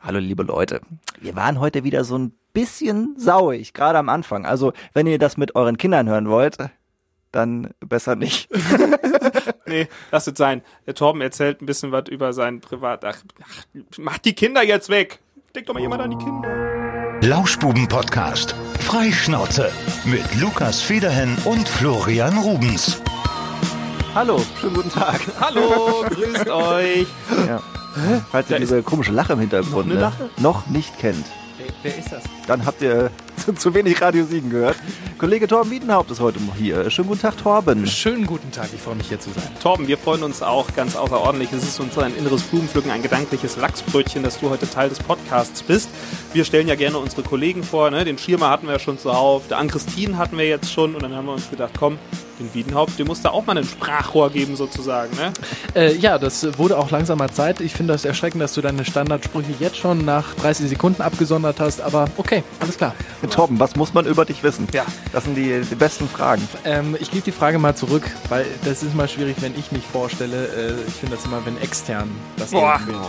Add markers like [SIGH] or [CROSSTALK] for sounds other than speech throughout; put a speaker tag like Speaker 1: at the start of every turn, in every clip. Speaker 1: Hallo liebe Leute, wir waren heute wieder so ein bisschen sauig, gerade am Anfang. Also wenn ihr das mit euren Kindern hören wollt, dann besser
Speaker 2: [LAUGHS]
Speaker 1: nicht.
Speaker 2: Nee, lass es sein. Der Torben erzählt ein bisschen was über sein Privat. Ach, ach, mach die Kinder jetzt weg. Denkt doch mal jemand an die Kinder.
Speaker 3: Lauschbuben-Podcast. Freischnauze. Mit Lukas Federhen und Florian Rubens.
Speaker 1: Hallo, schönen guten Tag.
Speaker 2: Hallo, grüßt euch.
Speaker 1: Ja. Falls ihr
Speaker 2: Da ist-
Speaker 1: diese komische Lache im Hintergrund
Speaker 2: eine
Speaker 1: ne,
Speaker 2: Lache?
Speaker 1: noch nicht kennt,
Speaker 2: Wer, ist das?
Speaker 1: dann habt ihr [LAUGHS] zu, zu wenig Radio Siegen gehört. Kollege Torben Wiedenhaupt ist heute hier. Schönen guten Tag, Torben.
Speaker 4: Schönen guten Tag, ich freue mich hier zu sein.
Speaker 2: Torben, wir freuen uns auch ganz außerordentlich. Es ist uns ein inneres Blumenpflücken, ein gedankliches Lachsbrötchen, dass du heute Teil des Podcasts bist. Wir stellen ja gerne unsere Kollegen vor. Ne? Den Schirmer hatten wir ja schon zuhauf. Der Ann-Christine hatten wir jetzt schon. Und dann haben wir uns gedacht, komm, den Wiedenhaupt, dem muss da auch mal ein Sprachrohr geben sozusagen. Ne?
Speaker 4: Äh, ja, das wurde auch langsamer Zeit. Ich finde das erschreckend, dass du deine Standardsprüche jetzt schon nach 30 Sekunden abgesondert hast, aber okay, alles klar.
Speaker 1: Torben, was muss man über dich wissen?
Speaker 2: Ja.
Speaker 1: Das sind die, die besten Fragen.
Speaker 4: Ähm, ich gebe die Frage mal zurück, weil das ist mal schwierig, wenn ich mich vorstelle. Äh, ich finde das immer, wenn extern das
Speaker 2: Boah.
Speaker 4: irgendwie-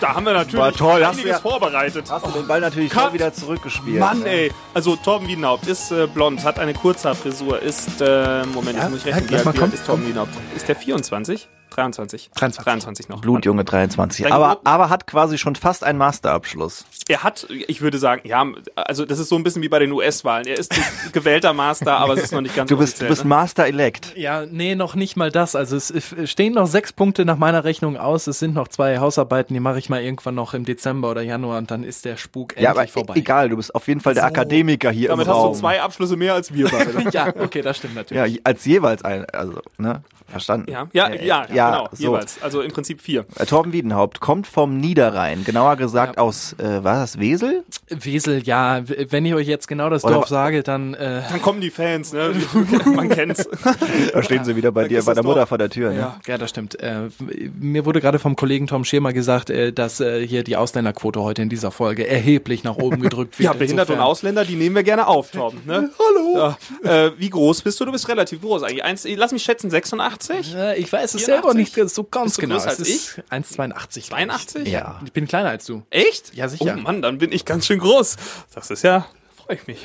Speaker 2: Da haben wir
Speaker 1: War
Speaker 2: natürlich
Speaker 1: toll, hast
Speaker 2: einiges
Speaker 1: du ja-
Speaker 2: vorbereitet.
Speaker 1: Hast du den Ball natürlich
Speaker 2: Cut.
Speaker 1: mal wieder zurückgespielt.
Speaker 2: Mann,
Speaker 1: ne?
Speaker 2: ey. Also, Torben Wiedenhaupt ist äh, blond, hat eine Kurzhaarfrisur, ist, äh, Moment,
Speaker 4: Ja,
Speaker 2: jetzt
Speaker 1: halt,
Speaker 2: muss ich rechnen,
Speaker 4: lass mal
Speaker 2: alt
Speaker 4: kommen.
Speaker 2: ist Torben Wiedenhaupt? Ist der 24? 23.
Speaker 4: 23.
Speaker 2: 23 noch.
Speaker 1: Blutjunge 23.
Speaker 2: Dein
Speaker 1: Aber,
Speaker 2: Geburten-
Speaker 1: aber hat quasi schon fast einen Masterabschluss.
Speaker 2: Er hat, ich würde sagen, ja, also, das ist so ein bisschen wie bei den US-Wahlen. Er ist [LAUGHS] gewählter Master, aber es ist noch nicht ganz
Speaker 1: Du bist, du
Speaker 2: offiziell,
Speaker 1: bist
Speaker 2: ne?
Speaker 1: Master-Elect.
Speaker 4: Ja, nee, noch nicht mal das. Also es äh, stehen noch sechs Punkte nach meiner Rechnung aus. Es sind noch zwei Hausarbeiten, die mache ich mal irgendwann noch im Dezember oder Januar und dann ist der Spuk endlich
Speaker 1: Ja, aber e-
Speaker 4: vorbei.
Speaker 1: egal, du bist auf jeden Fall der Akademiker hier
Speaker 2: Damit
Speaker 1: im
Speaker 2: hast
Speaker 1: Raum.
Speaker 2: du zwei Abschlüsse mehr als wir beide.
Speaker 1: [LAUGHS]
Speaker 4: Ja, okay, das stimmt natürlich.
Speaker 1: Ja, je- als jeweils ein, also, ne? Verstanden.
Speaker 2: Ja, ja,
Speaker 1: Äh,
Speaker 2: ja,
Speaker 1: ja,
Speaker 2: genau,
Speaker 1: so.
Speaker 2: jeweils. Also im Prinzip vier.
Speaker 1: Äh, Torben Wiedenhaupt kommt vom Niederrhein, genauer gesagt aus, äh, war das Wesel?
Speaker 4: Wesel, ja, w- wenn ich euch jetzt genau das
Speaker 1: Oder wa-
Speaker 4: Dorf sage, dann äh,
Speaker 2: Dann kommen die Fans, ne?
Speaker 1: [LAUGHS]
Speaker 2: Man kennt's.
Speaker 1: Da stehen sie wieder bei dir,
Speaker 2: ist
Speaker 1: bei
Speaker 2: es
Speaker 1: der
Speaker 2: doch.
Speaker 1: Mutter vor der Tür. Ne?
Speaker 4: ja, ja, das stimmt. Äh, f- mir wurde gerade vom Kollegen Tom Schirmer gesagt, äh, dass äh, hier die Ausländerquote heute in dieser Folge erheblich nach
Speaker 2: [LAUGHS]
Speaker 4: oben gedrückt wird.
Speaker 2: Ja, Behinderte und
Speaker 4: Insofern-
Speaker 2: Ausländer, die nehmen wir gerne auf, Torben.
Speaker 4: [LAUGHS]
Speaker 2: Ne? Hallo. Ja. Äh, wie groß bist du? Du bist relativ groß eigentlich. Eins, lass mich schätzen, 86?
Speaker 4: Äh, ich weiß
Speaker 2: 84?
Speaker 4: es selber nicht so ganz
Speaker 2: Bist du
Speaker 4: genau.
Speaker 2: größer
Speaker 4: Es
Speaker 2: als
Speaker 4: ist 1,82. glaub ich.
Speaker 2: 82?
Speaker 1: Ja.
Speaker 4: Ich bin kleiner als du.
Speaker 2: Echt?
Speaker 4: Ja, sicher.
Speaker 2: Oh Mann, dann bin ich ganz schön groß. Das ist ja, freue ich
Speaker 4: [LAUGHS]
Speaker 2: mich.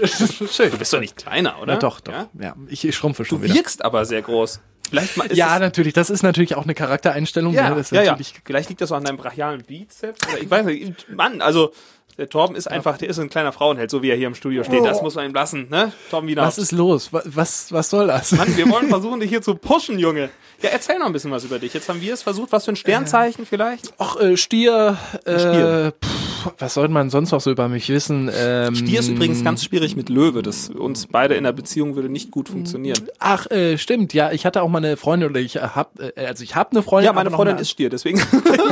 Speaker 2: Schön. Du bist doch nicht kleiner, oder?
Speaker 4: Ja, doch, doch.
Speaker 2: ne? Ja?
Speaker 4: Ja? ich schrumpfe schon
Speaker 2: Du
Speaker 4: wieder.
Speaker 2: wirkst aber sehr groß. Vielleicht mal ist
Speaker 4: Ja,
Speaker 2: es,
Speaker 4: natürlich. Das ist natürlich auch eine Charaktereinstellung.
Speaker 2: ja,
Speaker 4: das ist
Speaker 2: ja, ja.
Speaker 4: natürlich
Speaker 2: Vielleicht liegt das auch an deinem brachialen Bizeps. Oder ich weiß nicht. Mann, also der Torben ist einfach, der ist ein kleiner Frauenheld, so wie er hier im Studio steht. Das muss man ihm lassen, ne? Torben wieder.
Speaker 4: Oh. Was ist los? Wa- Was, was soll das?
Speaker 2: Mann, wir wollen versuchen, dich hier zu pushen, Junge. Ja, erzähl noch ein bisschen was über dich. Jetzt haben wir es versucht. Was für ein Sternzeichen vielleicht?
Speaker 4: Ach, äh, Stier. Äh,
Speaker 2: Stier.
Speaker 4: Pff, was sollte man sonst noch so über mich wissen? Ähm,
Speaker 2: Stier ist übrigens ganz schwierig mit Löwe. Das uns beide in der Beziehung würde nicht gut funktionieren.
Speaker 4: Ach, äh, stimmt. Ja, ich hatte auch mal eine Freundin oder ich äh, hab, äh, also ich habe eine Freundin.
Speaker 2: Ja, meine
Speaker 4: aber noch
Speaker 2: Freundin
Speaker 4: eine-
Speaker 2: ist Stier, deswegen. [LAUGHS]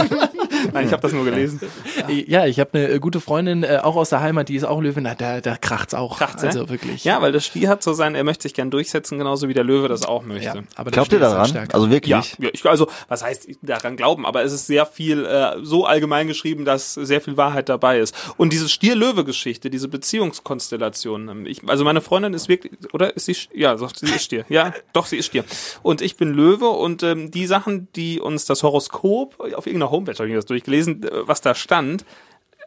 Speaker 2: Nein, ich habe das nur gelesen.
Speaker 4: Äh, Ja, ich habe eine äh, gute Freundin, äh, auch aus der Heimat, die ist auch Löwin. Da, da, da kracht's auch.
Speaker 2: Kracht's, ne?
Speaker 4: also wirklich.
Speaker 2: Ja, weil der Stier hat so sein, er möchte sich gern durchsetzen, genauso wie der Löwe das auch möchte.
Speaker 4: Ja, aber der
Speaker 1: Glaubt
Speaker 4: Stier
Speaker 1: ihr
Speaker 4: ist halt
Speaker 1: daran?
Speaker 4: stärker.
Speaker 1: Also
Speaker 2: Ja,
Speaker 1: wirklich?
Speaker 2: ja ich, also was heißt daran glauben, aber es ist sehr viel äh, so allgemein geschrieben, dass sehr viel Wahrheit dabei ist. Und diese Stier-Löwe-Geschichte, diese Beziehungskonstellation, ähm, ich, also meine Freundin ist wirklich, oder ist sie, Sch- ja, doch, sie ist Stier,
Speaker 1: [LAUGHS]
Speaker 2: ja, doch, sie ist Stier. Und ich bin Löwe und ähm, die Sachen, die uns das Horoskop, auf irgendeiner Homepage habe ich das durchgelesen, äh, was da stand,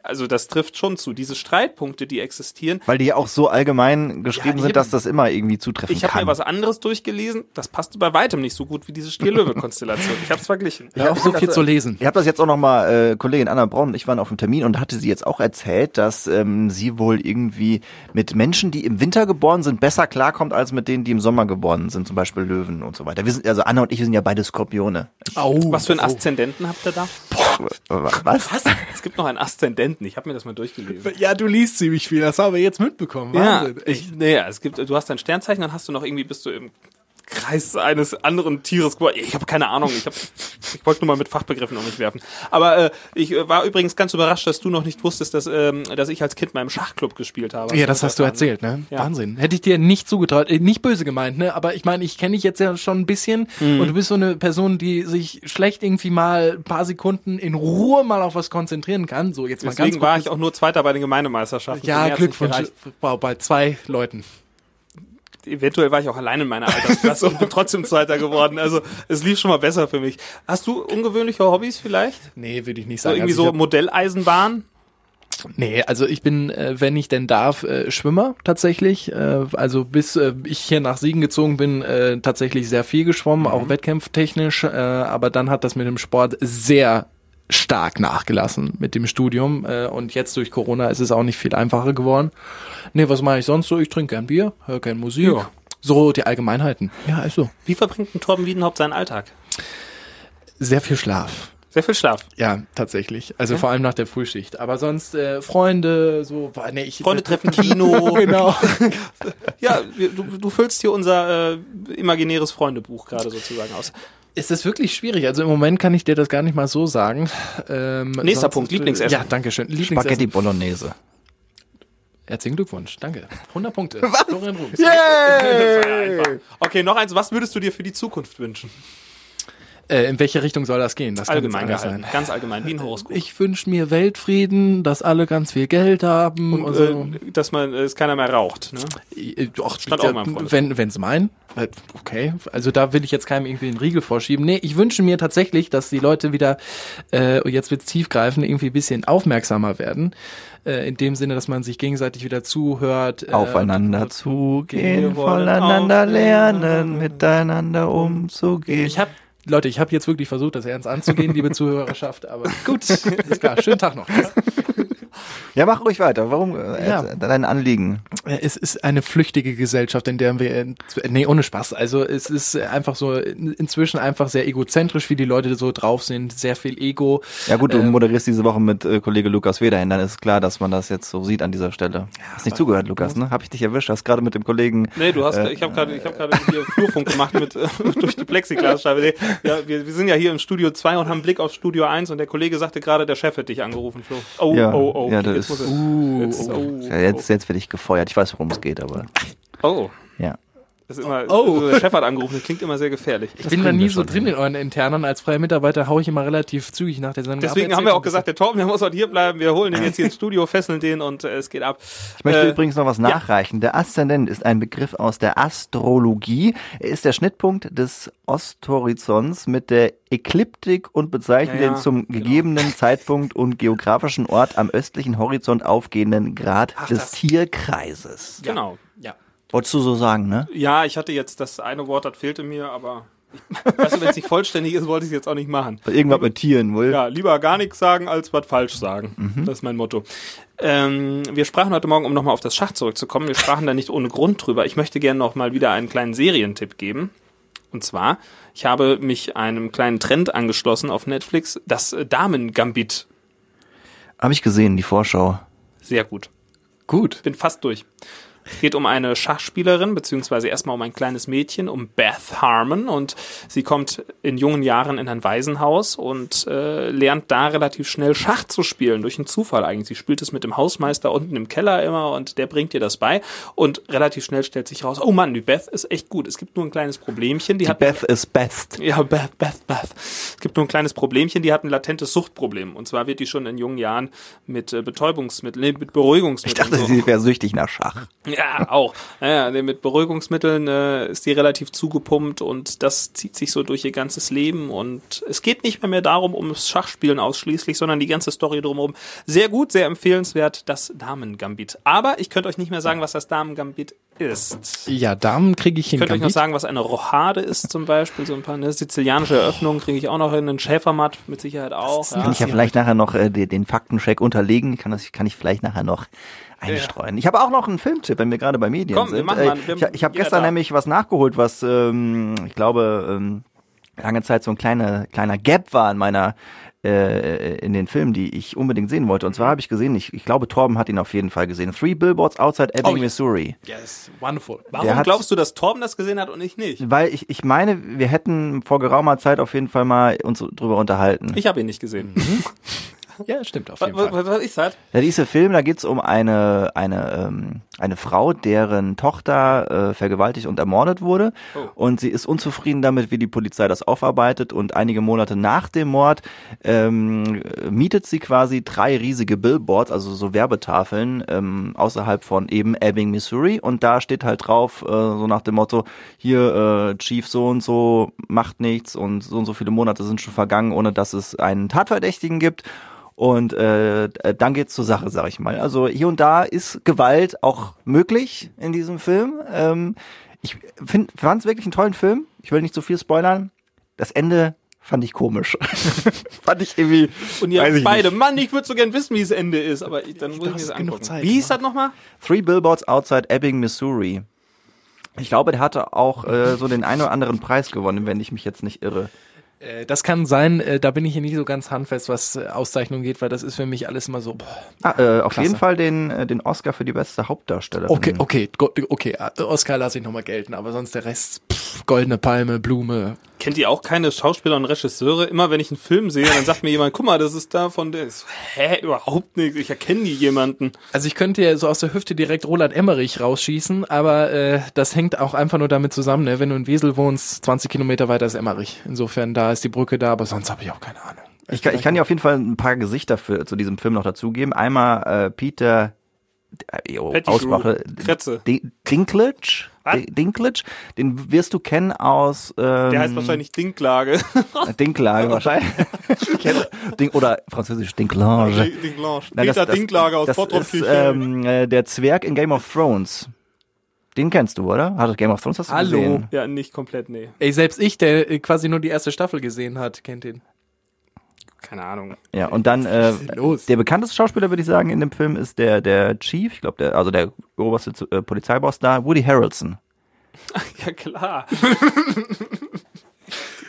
Speaker 2: also das trifft schon zu. Diese Streitpunkte, die existieren,
Speaker 1: Weil die ja auch so allgemein geschrieben
Speaker 4: Ja,
Speaker 1: sind, dass
Speaker 4: eben.
Speaker 1: das immer irgendwie zutreffen
Speaker 2: ich habe
Speaker 1: kann.
Speaker 2: mir was anderes durchgelesen, das passte bei weitem nicht so gut wie diese Stier-Löwe-Konstellation. Ich habe es verglichen.
Speaker 4: Hör auf, so viel zu lesen.
Speaker 1: ich habe das jetzt auch nochmal, äh, Kollegin Anna Braun und ich waren auf dem Termin und hatte sie jetzt auch erzählt, dass ähm, sie wohl irgendwie mit Menschen, die im Winter geboren sind, besser klarkommt als mit denen, die im Sommer geboren sind, zum Beispiel Löwen und so weiter. Wir sind, also Anna und ich wir sind ja beide Skorpione.
Speaker 4: Au.
Speaker 2: Was für einen
Speaker 4: Oh.
Speaker 2: Aszendenten habt ihr da?
Speaker 1: Was?
Speaker 2: Was? Es gibt noch einen Aszendenten. Ich habe mir das mal durchgelesen.
Speaker 4: Ja, du liest ziemlich viel, das haben wir jetzt mitbekommen.
Speaker 2: Ja,
Speaker 4: Wahnsinn. Echt.
Speaker 2: ich, naja, es gibt, du hast dein Sternzeichen, dann hast du noch irgendwie, bist du im Kreis eines anderen Tieres geboren. Ich habe keine Ahnung. Ich, hab, ich wollte nur mal mit Fachbegriffen um mich werfen. Aber äh, ich äh, war übrigens ganz überrascht, dass du noch nicht wusstest, dass, ähm, dass ich als Kind mal im Schachclub gespielt habe.
Speaker 4: Ja, das hast du erzählt, ne?
Speaker 2: Ja.
Speaker 4: Wahnsinn. Hätte ich dir nicht zugetraut, äh, nicht böse gemeint, ne? Aber ich meine, ich kenne dich jetzt ja schon ein bisschen
Speaker 2: Mhm.
Speaker 4: und du bist so eine Person, die sich schlecht irgendwie mal ein paar Sekunden in Ruhe mal auf was konzentrieren kann. So, jetzt mal ganz
Speaker 2: Deswegen
Speaker 4: kurz.
Speaker 2: war ich auch nur Zweiter bei den Gemeindemeisterschaften. Für
Speaker 4: ja,
Speaker 2: mehr hat's nicht
Speaker 4: Glückwunsch.
Speaker 2: gereicht.
Speaker 4: Wow, bei zwei Leuten.
Speaker 2: Eventuell war ich auch allein in meiner
Speaker 4: [LAUGHS]
Speaker 2: Altersklasse und bin trotzdem Zweiter geworden. Also es lief schon mal besser für mich. Hast du ungewöhnliche Hobbys vielleicht?
Speaker 4: Nee, würde also ich nicht
Speaker 2: So
Speaker 4: sagen.
Speaker 2: irgendwie
Speaker 4: Also ich
Speaker 2: so Modelleisenbahn?
Speaker 1: nicht.
Speaker 4: Nee, also ich bin, äh, wenn ich denn darf, äh, Schwimmer tatsächlich. Äh, also bis äh, ich hier nach Siegen gezogen bin, äh, tatsächlich sehr viel geschwommen, auch wettkämpftechnisch. Äh, aber dann hat das mit dem Sport sehr stark nachgelassen mit dem Studium. Äh, und jetzt durch Corona ist es auch nicht viel einfacher geworden. Nee, was mache ich sonst so? Ich trinke gern Bier, höre gern Musik.
Speaker 2: Ja.
Speaker 4: So die Allgemeinheiten. Ja, ist so.
Speaker 2: Wie verbringt ein Torben Wiedenhaupt seinen Alltag?
Speaker 4: Sehr viel Schlaf.
Speaker 2: Sehr viel Schlaf.
Speaker 4: Ja, tatsächlich. Also vor allem nach der Frühschicht. Aber sonst äh, Freunde, so, boah, nee, ich
Speaker 2: Freunde treffen Kino.
Speaker 4: [LAUGHS] genau.
Speaker 2: ja, wir- du, du füllst hier unser äh, imaginäres Freundebuch gerade sozusagen
Speaker 4: [LAUGHS]
Speaker 2: aus.
Speaker 4: Es ist wirklich schwierig. Also im Moment kann ich dir das gar nicht mal so sagen. Ähm,
Speaker 2: Nächster
Speaker 4: sonst-
Speaker 2: Punkt, Lieblingsessen.
Speaker 4: Ja, danke schön.
Speaker 1: Spaghetti
Speaker 4: Lieblingsessen.
Speaker 1: Bolognese.
Speaker 4: Herzlichen Glückwunsch. Danke.
Speaker 2: [LAUGHS]
Speaker 4: 100 Punkte. Was? Florian Rubens.
Speaker 2: Das war ja einfach. Okay, noch eins. Was würdest du dir für die Zukunft wünschen?
Speaker 4: Äh, in welche Richtung soll das gehen? Das kann
Speaker 2: Allgemein
Speaker 4: jetzt alles
Speaker 2: gehalten.
Speaker 4: sein.
Speaker 2: Ganz allgemein, wie ein Horoskop.
Speaker 4: Ich wünsche mir Weltfrieden, dass alle ganz viel Geld haben. Und, so.
Speaker 2: Äh, dass man es keiner mehr raucht. Ne?
Speaker 4: Äh, Doch,
Speaker 2: Stand
Speaker 4: ja,
Speaker 2: auch mal im Vordergrund.
Speaker 4: wenn wenn's mein, äh, okay, also da will ich jetzt keinem irgendwie einen Riegel vorschieben. Nee, ich wünsche mir tatsächlich, dass die Leute wieder äh, und jetzt wird's tiefgreifend irgendwie ein bisschen aufmerksamer werden, äh, in dem Sinne, dass man sich gegenseitig wieder zuhört. Äh,
Speaker 1: Aufeinander zugehen,
Speaker 2: wir wollen
Speaker 1: voneinander
Speaker 2: auf-
Speaker 1: lernen, miteinander umzugehen.
Speaker 4: Ich habe Leute, ich habe jetzt wirklich versucht, das ernst anzugehen, liebe Zuhörerschaft, aber [LAUGHS] gut, ist klar. Schönen Tag noch.
Speaker 1: ja, mach ruhig weiter. Warum? äh,
Speaker 4: Ja.
Speaker 1: äh, Dein Anliegen.
Speaker 4: Äh, Es ist eine flüchtige Gesellschaft, in der wir, in- nee, ohne Spaß. Also es ist einfach so in- inzwischen einfach sehr egozentrisch, wie die Leute so drauf sind, sehr viel Ego.
Speaker 1: Ja gut, du
Speaker 2: Ähm.
Speaker 1: moderierst diese Woche mit äh, Kollege Lukas Wederhin, dann ist klar, dass man das jetzt so sieht an dieser Stelle. hast nicht zugehört, Lukas, ne? Hab ich dich erwischt, hast gerade mit dem Kollegen...
Speaker 2: Nee, du hast,
Speaker 1: Äh.
Speaker 2: ich habe gerade, ich habe gerade hier Flurfunk gemacht mit äh, [LAUGHS] durch die Plexiglasscheibe. Nee, Ja, wir, wir sind ja hier im Studio 2 und haben einen Blick auf Studio 1 und der Kollege sagte gerade, der Chef hätte dich angerufen, Flo. Oh,
Speaker 1: Ja,
Speaker 2: oh, oh.
Speaker 1: ja, das
Speaker 2: jetzt
Speaker 1: ist-
Speaker 2: muss es-
Speaker 4: Uh,
Speaker 2: jetzt, oh,
Speaker 1: Ja, jetzt, jetzt werde ich gefeuert. Ich weiß, worum es geht, aber
Speaker 2: oh. oh.
Speaker 1: ja.
Speaker 2: Das ist immer, also
Speaker 4: Oh.
Speaker 2: der Chef hat angerufen, das klingt immer sehr gefährlich.
Speaker 4: Ich bin da nie so drin in euren internen. Als freier Mitarbeiter haue ich immer relativ zügig nach der Sendung. ab.
Speaker 2: Deswegen
Speaker 4: Erzählt
Speaker 2: haben wir auch
Speaker 4: uns
Speaker 2: gesagt, der Torben, der muss heute hier bleiben. Wir holen den jetzt hier ins Studio, fesseln den und äh, es geht ab.
Speaker 1: Ich möchte
Speaker 2: Äh,
Speaker 1: übrigens noch was nachreichen. Der Aszendent ist ein Begriff aus der Astrologie. Er ist der Schnittpunkt des Osthorizonts mit der Ekliptik und bezeichnet
Speaker 2: Ja, Genau. ja,
Speaker 1: den zum gegebenen Zeitpunkt und geografischen Ort am östlichen Horizont aufgehenden Grad des Tierkreises.
Speaker 2: Genau.
Speaker 4: Ja.
Speaker 1: Wolltest du so sagen, ne?
Speaker 2: Ja, ich hatte jetzt das eine Wort, das fehlte mir, aber ich, weißt du, wenn es nicht vollständig ist, wollte ich es jetzt auch nicht machen.
Speaker 1: Irgendwas mit Tieren, wohl?
Speaker 2: Ja, lieber gar nichts sagen, als was falsch sagen. Das ist mein Motto. Ähm, wir sprachen heute Morgen, um nochmal auf das Schach zurückzukommen, wir sprachen da nicht ohne Grund drüber. Ich möchte gerne nochmal wieder einen kleinen Serientipp geben. Und zwar, ich habe mich einem kleinen Trend angeschlossen auf Netflix, das äh, Damen-Gambit.
Speaker 1: Habe ich gesehen, die Vorschau.
Speaker 2: Sehr gut.
Speaker 4: Gut.
Speaker 2: bin fast durch. Es geht um eine Schachspielerin, beziehungsweise erstmal um ein kleines Mädchen, um Beth Harmon. Und sie kommt in jungen Jahren in ein Waisenhaus und äh, lernt da relativ schnell Schach zu spielen, durch einen Zufall eigentlich. Sie spielt es mit dem Hausmeister unten im Keller immer und der bringt ihr das bei. Und relativ schnell stellt sich raus, oh Mann, die Beth ist echt gut. Es gibt nur ein kleines Problemchen. Die,
Speaker 1: Die
Speaker 2: hat
Speaker 1: Beth ist best.
Speaker 2: ja, Beth, Beth, Beth. Es gibt nur ein kleines Problemchen, die hat ein latentes Suchtproblem. Und zwar wird die schon in jungen Jahren mit äh, Betäubungsmitteln, nee, mit
Speaker 1: Ich
Speaker 2: Beruhigungsmitteln.
Speaker 1: dachte,
Speaker 2: so-
Speaker 1: sie wäre süchtig nach Schach.
Speaker 2: ja, auch. Ja, ja, mit Beruhigungsmitteln äh, ist die relativ zugepumpt und das zieht sich so durch ihr ganzes Leben. Und es geht nicht mehr, mehr darum, ums Schachspielen ausschließlich, sondern die ganze Story drumherum. Sehr gut, sehr empfehlenswert, das Damen-Gambit. Aber ich könnte euch nicht mehr sagen, was das Damen-Gambit ist.
Speaker 4: Ja, Damen kriege ich
Speaker 2: Ich
Speaker 4: hin.
Speaker 2: könnte euch noch
Speaker 4: Gambit.
Speaker 2: sagen, was eine Rochade ist zum Beispiel, so ein paar ne, sizilianische Eröffnungen kriege ich auch noch hin, einen Schäfermatt mit Sicherheit auch.
Speaker 1: Kann
Speaker 2: Ah, Ja.
Speaker 1: ich ja vielleicht nachher noch äh, den, den Faktencheck unterlegen. Kann, das, kann ich vielleicht nachher noch einstreuen. Ich habe auch noch einen Filmtipp, wenn wir gerade bei Medien
Speaker 2: Komm, wir
Speaker 1: sind.
Speaker 2: machen
Speaker 1: Äh,
Speaker 2: mal einen- wir-
Speaker 1: ich ich habe
Speaker 2: jeder
Speaker 1: gestern
Speaker 2: darf.
Speaker 1: nämlich was nachgeholt, was ähm, ich glaube ähm, lange Zeit so ein kleiner, kleiner Gap war in meiner äh, in den Filmen, die ich unbedingt sehen wollte. Und zwar
Speaker 2: Mhm.
Speaker 1: habe ich gesehen, ich, ich glaube, Torben hat ihn auf jeden Fall gesehen. Three Billboards Outside Ebbing,
Speaker 4: Oh, ja.
Speaker 1: Missouri.
Speaker 4: Yes, wonderful.
Speaker 1: Der
Speaker 2: Warum
Speaker 1: hat-
Speaker 2: glaubst du, dass Torben das gesehen hat und ich nicht?
Speaker 1: Weil ich, ich meine, wir hätten vor geraumer Zeit auf jeden Fall mal uns drüber unterhalten.
Speaker 2: Ich habe ihn nicht gesehen.
Speaker 1: Hm.
Speaker 4: Ja, stimmt auf
Speaker 2: Was,
Speaker 4: jeden Fall.
Speaker 2: was, was ist das?
Speaker 1: Ja, dieser Film, da geht's um eine, eine, ähm, eine Frau, deren Tochter äh, vergewaltigt und ermordet wurde. Und sie ist unzufrieden damit, wie die Polizei das aufarbeitet. Und einige Monate nach dem Mord ähm, mietet sie quasi drei riesige Billboards, also so Werbetafeln, ähm, außerhalb von eben Ebbing, Missouri. Und da steht halt drauf, äh, so nach dem Motto, hier äh, Chief so und so macht nichts und so und so viele Monate sind schon vergangen, ohne dass es einen Tatverdächtigen gibt. Und äh, dann geht's zur Sache, sag ich mal. Also hier und da ist Gewalt auch möglich in diesem Film. Ähm, ich find, fand's wirklich einen tollen Film. Ich will nicht zu viel spoilern. Das Ende fand ich komisch. [LAUGHS] fand ich irgendwie.
Speaker 2: Und ihr
Speaker 1: weiß ich
Speaker 2: beide,
Speaker 1: nicht.
Speaker 2: Mann, ich würde so gern wissen, wie es Ende ist, aber ich, dann muss ich mir
Speaker 4: hast
Speaker 2: das
Speaker 4: genug
Speaker 2: angucken.
Speaker 4: Zeit,
Speaker 2: wie hieß das nochmal?
Speaker 1: Three Billboards Outside Ebbing, Missouri. Ich glaube, der hatte auch äh, so den einen oder anderen Preis gewonnen, wenn ich mich jetzt nicht irre.
Speaker 4: Äh, Das kann sein, äh, da bin ich hier nicht so ganz handfest, was äh, Auszeichnung geht, weil das ist für mich alles immer so. Boah.
Speaker 1: Ah, äh, auf
Speaker 4: Klasse.
Speaker 1: jeden Fall den, äh, den Oscar für die beste Hauptdarstellerin.
Speaker 4: Okay, okay, go- okay, äh, Oscar lasse ich nochmal gelten, aber sonst der Rest, pff, goldene Palme, Blume.
Speaker 2: Kennt ihr auch keine Schauspieler und Regisseure? Immer wenn ich einen Film sehe, dann sagt mir jemand, guck mal, das ist da von der. Ich so, Hä, überhaupt nichts. Ich erkenne nie jemanden.
Speaker 4: Also ich könnte ja so aus der Hüfte direkt Roland Emmerich rausschießen, aber äh, das hängt auch einfach nur damit zusammen, ne? wenn du in Wesel wohnst, 20 Kilometer weiter ist Emmerich. Insofern, da ist die Brücke da, aber sonst habe ich auch keine Ahnung.
Speaker 1: Ich kann, ich kann dir auf jeden Fall ein paar Gesichter für, zu diesem Film noch dazugeben. Einmal äh, Peter äh, jo,
Speaker 2: Pettigrew.
Speaker 1: Aussprache
Speaker 2: Kretze.
Speaker 1: Di- Dinklage.
Speaker 2: Was?
Speaker 1: Di- Dinklage. Den wirst du kennen aus ähm, äh,
Speaker 2: Der heißt wahrscheinlich
Speaker 1: [LAUGHS]
Speaker 2: Oh. Dinklage.
Speaker 1: Dinklage
Speaker 2: [LAUGHS]
Speaker 1: wahrscheinlich. Ich kenne- Dink, oder französisch Dinklage.
Speaker 2: Dinklage.
Speaker 1: Nein,
Speaker 2: Peter Dinklage aus
Speaker 1: das
Speaker 2: Bottrop
Speaker 1: ist, ähm, äh, der Zwerg in Game of Thrones. Den kennst du, oder? Hat Game of Thrones hast du
Speaker 4: Hallo.
Speaker 1: gesehen?
Speaker 2: Ja, nicht komplett, nee.
Speaker 4: Ey, selbst ich, der äh, quasi nur die erste Staffel gesehen hat, kennt den.
Speaker 2: Keine Ahnung.
Speaker 1: Ja, und dann äh,
Speaker 4: denn los?
Speaker 1: der bekannteste Schauspieler, würde ich sagen, in dem Film ist der der Chief, ich glaube, der also der oberste Zu- äh, Polizeiboss da, Woody Harrelson.
Speaker 2: [LAUGHS] Ja, [LAUGHS] klar. ich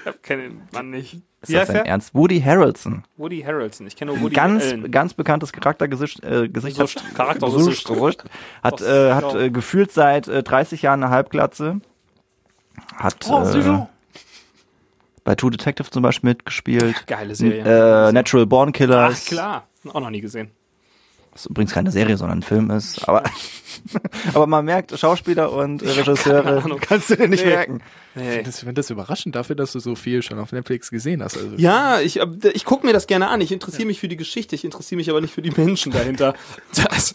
Speaker 2: hab keinen Mann nicht.
Speaker 1: Ist
Speaker 2: Wie heißt
Speaker 1: das dein
Speaker 2: der?
Speaker 1: Ernst? Woody Harrelson.
Speaker 2: Woody Harrelson. Ich kenne nur Woody
Speaker 1: ganz
Speaker 2: Allen.
Speaker 1: ganz bekanntes Charaktergesicht äh, Gesicht
Speaker 2: So st- Charakter-
Speaker 1: so
Speaker 2: so
Speaker 1: st-
Speaker 2: st-
Speaker 1: Gesicht. hat
Speaker 2: so
Speaker 1: äh, hat
Speaker 2: schlau.
Speaker 1: äh, gefühlt seit äh, 30 Jahren eine Halbglatze. Hat
Speaker 2: Oh,
Speaker 1: äh, bei Two Detective zum Beispiel mitgespielt.
Speaker 2: Geile
Speaker 1: Äh, Natural Born
Speaker 2: Ach,
Speaker 1: Killers.
Speaker 2: klar. Auch noch nie gesehen.
Speaker 1: Was übrigens keine Serie, sondern ein Film ist. Aber, [LAUGHS] aber man merkt, Schauspieler und äh, Regisseure
Speaker 2: Ahnung.
Speaker 1: kannst du dir nicht
Speaker 2: Nee.
Speaker 1: merken.
Speaker 2: Nee.
Speaker 4: Das, ich find das überraschend dafür, dass du so viel schon auf Netflix gesehen hast. Also,
Speaker 2: Ja, ich, äh, ich gucke mir das gerne an. Ich interessiere mich für die Geschichte, ich interessiere mich aber nicht für die Menschen dahinter. [LAUGHS] Das,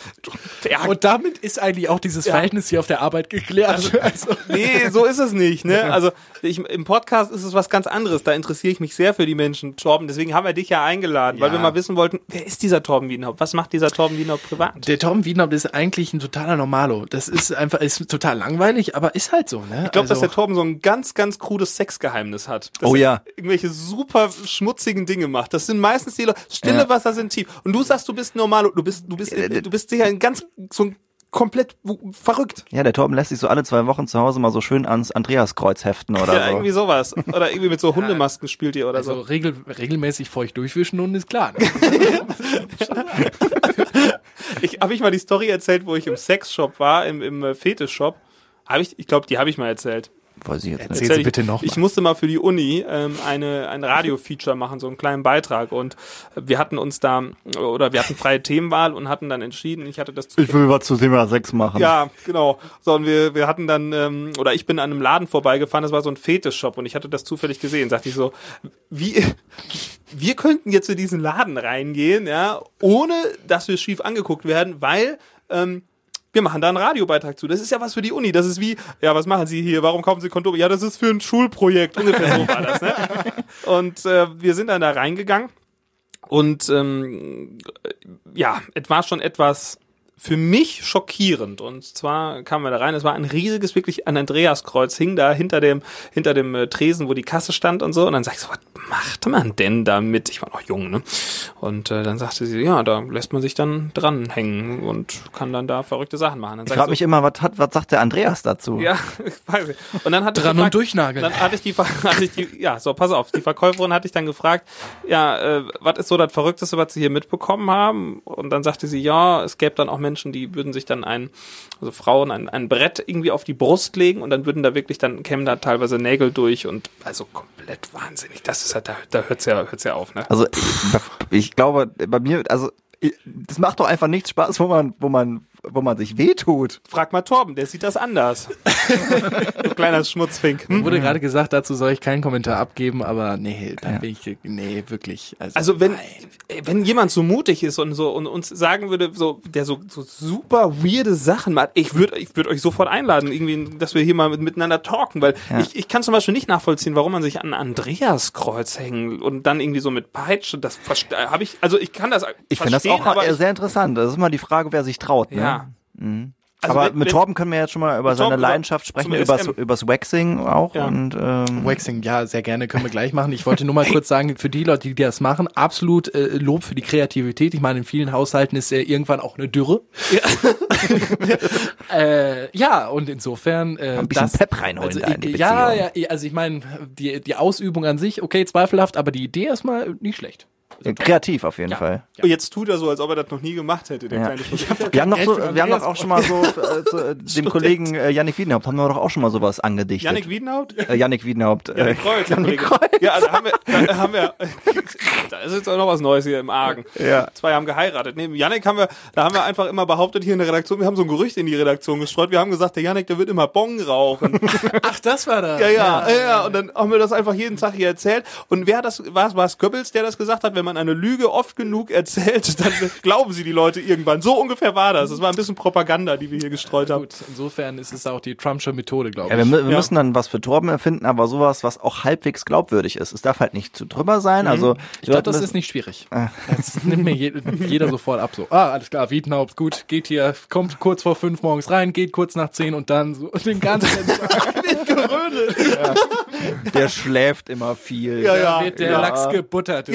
Speaker 2: der,
Speaker 4: Und damit ist eigentlich auch dieses Verhältnis hier auf der Arbeit geklärt. [LAUGHS] also,
Speaker 2: nee, so ist es nicht. Ne? Also ich, im Podcast ist es was ganz anderes. Da interessiere ich mich sehr für die Menschen, Torben. Deswegen haben wir dich ja eingeladen, weil
Speaker 4: Ja.
Speaker 2: wir mal wissen wollten, wer ist dieser Torben Wienhaupt? Was macht dieser Torben Wienhaupt privat?
Speaker 4: Der Tom Wiedenhaupt ist eigentlich ein totaler Normalo. Das ist einfach, ist total langweilig, aber ist halt so, ne?
Speaker 2: Ich glaube, dass
Speaker 4: also,
Speaker 2: der Torben so ein ganz, ganz krudes Sexgeheimnis hat. Dass
Speaker 1: Oh
Speaker 2: er
Speaker 1: ja.
Speaker 2: Irgendwelche super schmutzigen Dinge macht. Das sind meistens die Leute. Stille
Speaker 1: Ja.
Speaker 2: Wasser sind tief. Und du sagst, du bist normal. Du bist, du bist,
Speaker 1: äh,
Speaker 2: du bist sicher ein ganz, so ein komplett verrückt.
Speaker 1: Ja, der Torben lässt sich so alle zwei Wochen zu Hause mal so schön ans Andreaskreuz heften oder
Speaker 2: ja,
Speaker 1: so.
Speaker 2: irgendwie sowas. Oder irgendwie mit so Hundemasken spielt ihr oder
Speaker 4: also
Speaker 2: so.
Speaker 4: regel, regelmäßig feucht durchwischen und ist klar. Ne?
Speaker 2: Ich, habe ich mal die Story erzählt, wo ich im Sexshop war, im, im äh, Fetischshop. Habe ich, ich glaube, die habe ich mal erzählt.
Speaker 1: Weiß ich jetzt nicht.
Speaker 4: Erzähl sie
Speaker 2: Erzähl ich,
Speaker 4: bitte noch
Speaker 2: Ich
Speaker 4: mal.
Speaker 2: musste mal für die Uni ähm, eine, ein Radio-Feature machen, so einen kleinen Beitrag. Und wir hatten uns da, oder wir hatten freie Themenwahl und hatten dann entschieden, ich hatte das zu
Speaker 1: Ich will was zu Thema 6 machen.
Speaker 2: Ja, genau. So, und wir, wir hatten dann, ähm, oder ich bin an einem Laden vorbeigefahren, das war so ein Fetischshop und ich hatte das zufällig gesehen. Sagte ich so, wie, wir könnten jetzt in diesen Laden reingehen, ja, ohne dass wir schief angeguckt werden, weil, ähm, wir machen da einen Radiobeitrag zu. Das ist ja was für die Uni. Das ist wie, ja, was machen Sie hier? Warum kaufen Sie Kondome? Ja, das ist für ein Schulprojekt. Ungefähr so war das, ne? Und äh, wir sind dann da reingegangen und ähm, ja, es war schon etwas für mich schockierend. Und zwar kamen wir da rein, es war ein riesiges, wirklich ein Andreaskreuz, hing da hinter dem, hinter dem äh, Tresen, wo die Kasse stand und so. Und dann sag ich so, was macht man denn damit? Ich war noch jung, ne? Und äh, dann sagte sie, ja, da lässt man sich dann dranhängen und kann dann da verrückte Sachen machen. Dann
Speaker 1: Ich
Speaker 2: sag
Speaker 1: frage
Speaker 2: so,
Speaker 1: mich immer, was, hat, was sagt der Andreas dazu?
Speaker 2: also ja, [LAUGHS] ich weiß nicht. Und dann hat
Speaker 4: Dran und durchnageln.
Speaker 2: Dann hatte ich die, Ver- [LAUGHS] hatte ich die, ja, so, pass auf, die Verkäuferin hatte ich dann gefragt, ja, äh, was ist so das Verrückteste, was sie hier mitbekommen haben? Und dann sagte sie, ja, es gäbe dann auch Menschen, die würden sich dann ein, also Frauen, ein, ein Brett irgendwie auf die Brust legen und dann würden da wirklich, dann kämen da teilweise Nägel durch und also komplett wahnsinnig. Das ist halt, da, da hört's ja, hört's ja auf, ne?
Speaker 1: Also ich, ich glaube, bei mir, also ich- das macht doch einfach nichts Spaß, wo man, wo man wo man sich wehtut.
Speaker 2: Frag mal Torben, der sieht das
Speaker 4: [LAUGHS]
Speaker 2: anders. du kleiner Schmutzfink. Hm?
Speaker 4: Wurde gerade gesagt, dazu soll ich keinen Kommentar abgeben, aber nee, da bin ich, nee, wirklich. Also,
Speaker 2: Also wenn,
Speaker 4: nein.
Speaker 2: äh, wenn jemand so mutig ist und so und uns sagen würde, so, der so, so super weirde Sachen macht, ich würde ich würd euch sofort einladen, irgendwie, dass wir hier mal mit, miteinander talken, weil ich, ich kann zum Beispiel nicht nachvollziehen, warum man sich an Andreas Kreuz hängen und dann irgendwie so mit Peitsche, das habe ich, also ich kann das
Speaker 1: Ich finde das auch
Speaker 2: aber ich,
Speaker 1: sehr interessant. Das ist mal die Frage, wer sich traut. Ne?
Speaker 2: ja. Also
Speaker 1: aber
Speaker 2: wenn-
Speaker 1: mit
Speaker 2: wenn-
Speaker 1: Torben können wir jetzt schon mal über
Speaker 2: mit
Speaker 1: seine
Speaker 2: Torben über-
Speaker 1: Leidenschaft sprechen,
Speaker 2: zum
Speaker 1: übers,
Speaker 2: SM.
Speaker 1: übers Waxing auch.
Speaker 2: Ja. Also
Speaker 1: Und, ähm,
Speaker 4: Waxing, ja, sehr gerne, können wir gleich machen. Ich wollte
Speaker 1: [LAUGHS]
Speaker 4: nur mal kurz sagen, für die Leute, die das machen, absolut äh, Lob für die Kreativität. Ich meine, in vielen Haushalten ist ja irgendwann auch eine Dürre. Ja, [LAUGHS] äh, ja und insofern äh,
Speaker 1: Ein bisschen
Speaker 4: das,
Speaker 1: Pep reinholen
Speaker 4: also,
Speaker 1: da in die
Speaker 4: ich- Ja, ja,
Speaker 1: Beziehung.
Speaker 4: ich- also ich meine, die, die Ausübung an sich, okay, zweifelhaft, aber die Idee ist mal nicht schlecht.
Speaker 1: kreativ auf jeden
Speaker 4: Ja.
Speaker 1: Fall.
Speaker 2: Und jetzt tut er so, als ob er das noch nie gemacht hätte, der
Speaker 1: Ja.
Speaker 2: kleine Schmutzfink.
Speaker 1: Wir haben, noch so,
Speaker 4: für
Speaker 1: wir haben doch
Speaker 4: Andreas
Speaker 1: auch schon mal
Speaker 2: [LAUGHS]
Speaker 1: so äh, zu, äh, dem Kollegen äh, Yannick Wiedenhaupt haben wir doch auch schon mal sowas angedichtet.
Speaker 2: Janik Wiedenhaut?
Speaker 1: äh, Yannick Wiedenhaupt.
Speaker 2: Ja,
Speaker 1: Äh,
Speaker 2: der Kreuz, der Kollege. Ja, also haben wir, da haben wir, [LAUGHS] da ist jetzt auch noch was Neues hier im Argen.
Speaker 1: Ja.
Speaker 2: Zwei haben geheiratet. Neben Yannick haben wir, da haben wir einfach immer behauptet hier in der Redaktion, wir haben so ein Gerücht in die Redaktion gestreut, wir haben gesagt, der Yannick, der wird immer Bong rauchen.
Speaker 4: Ach, das war das.
Speaker 2: Ja, ja, ja, ja. Und dann haben wir das einfach jeden Tag hier erzählt. Und wer hat das, war es, war es Goebbels, der das gesagt hat, wenn man eine Lüge oft genug erzählt, [LAUGHS] dann glauben sie die Leute irgendwann. So ungefähr war das. Das war ein bisschen Propaganda, die wir hier gestreut haben.
Speaker 4: Gut, insofern ist es auch die Trumpsche Methode, glaube
Speaker 1: Ja,
Speaker 4: ich.
Speaker 1: wir, mü- wir
Speaker 2: Ja.
Speaker 1: müssen dann was für Torben erfinden, aber sowas, was auch halbwegs glaubwürdig ist. Es darf halt nicht zu drüber sein.
Speaker 2: Mhm.
Speaker 1: Also
Speaker 4: Mhm. Ich glaube, das ist nicht schwierig. [LAUGHS] Das nimmt mir je, jeder sofort ab. So, ah, alles klar, Wiedenhaupt, gut, geht hier, kommt kurz vor fünf morgens rein, geht kurz nach zehn und dann so [LAUGHS] den ganzen Tag
Speaker 1: Der schläft immer viel.
Speaker 2: Ja, ja.
Speaker 4: wird der
Speaker 2: ja.
Speaker 4: Lachs gebuttert.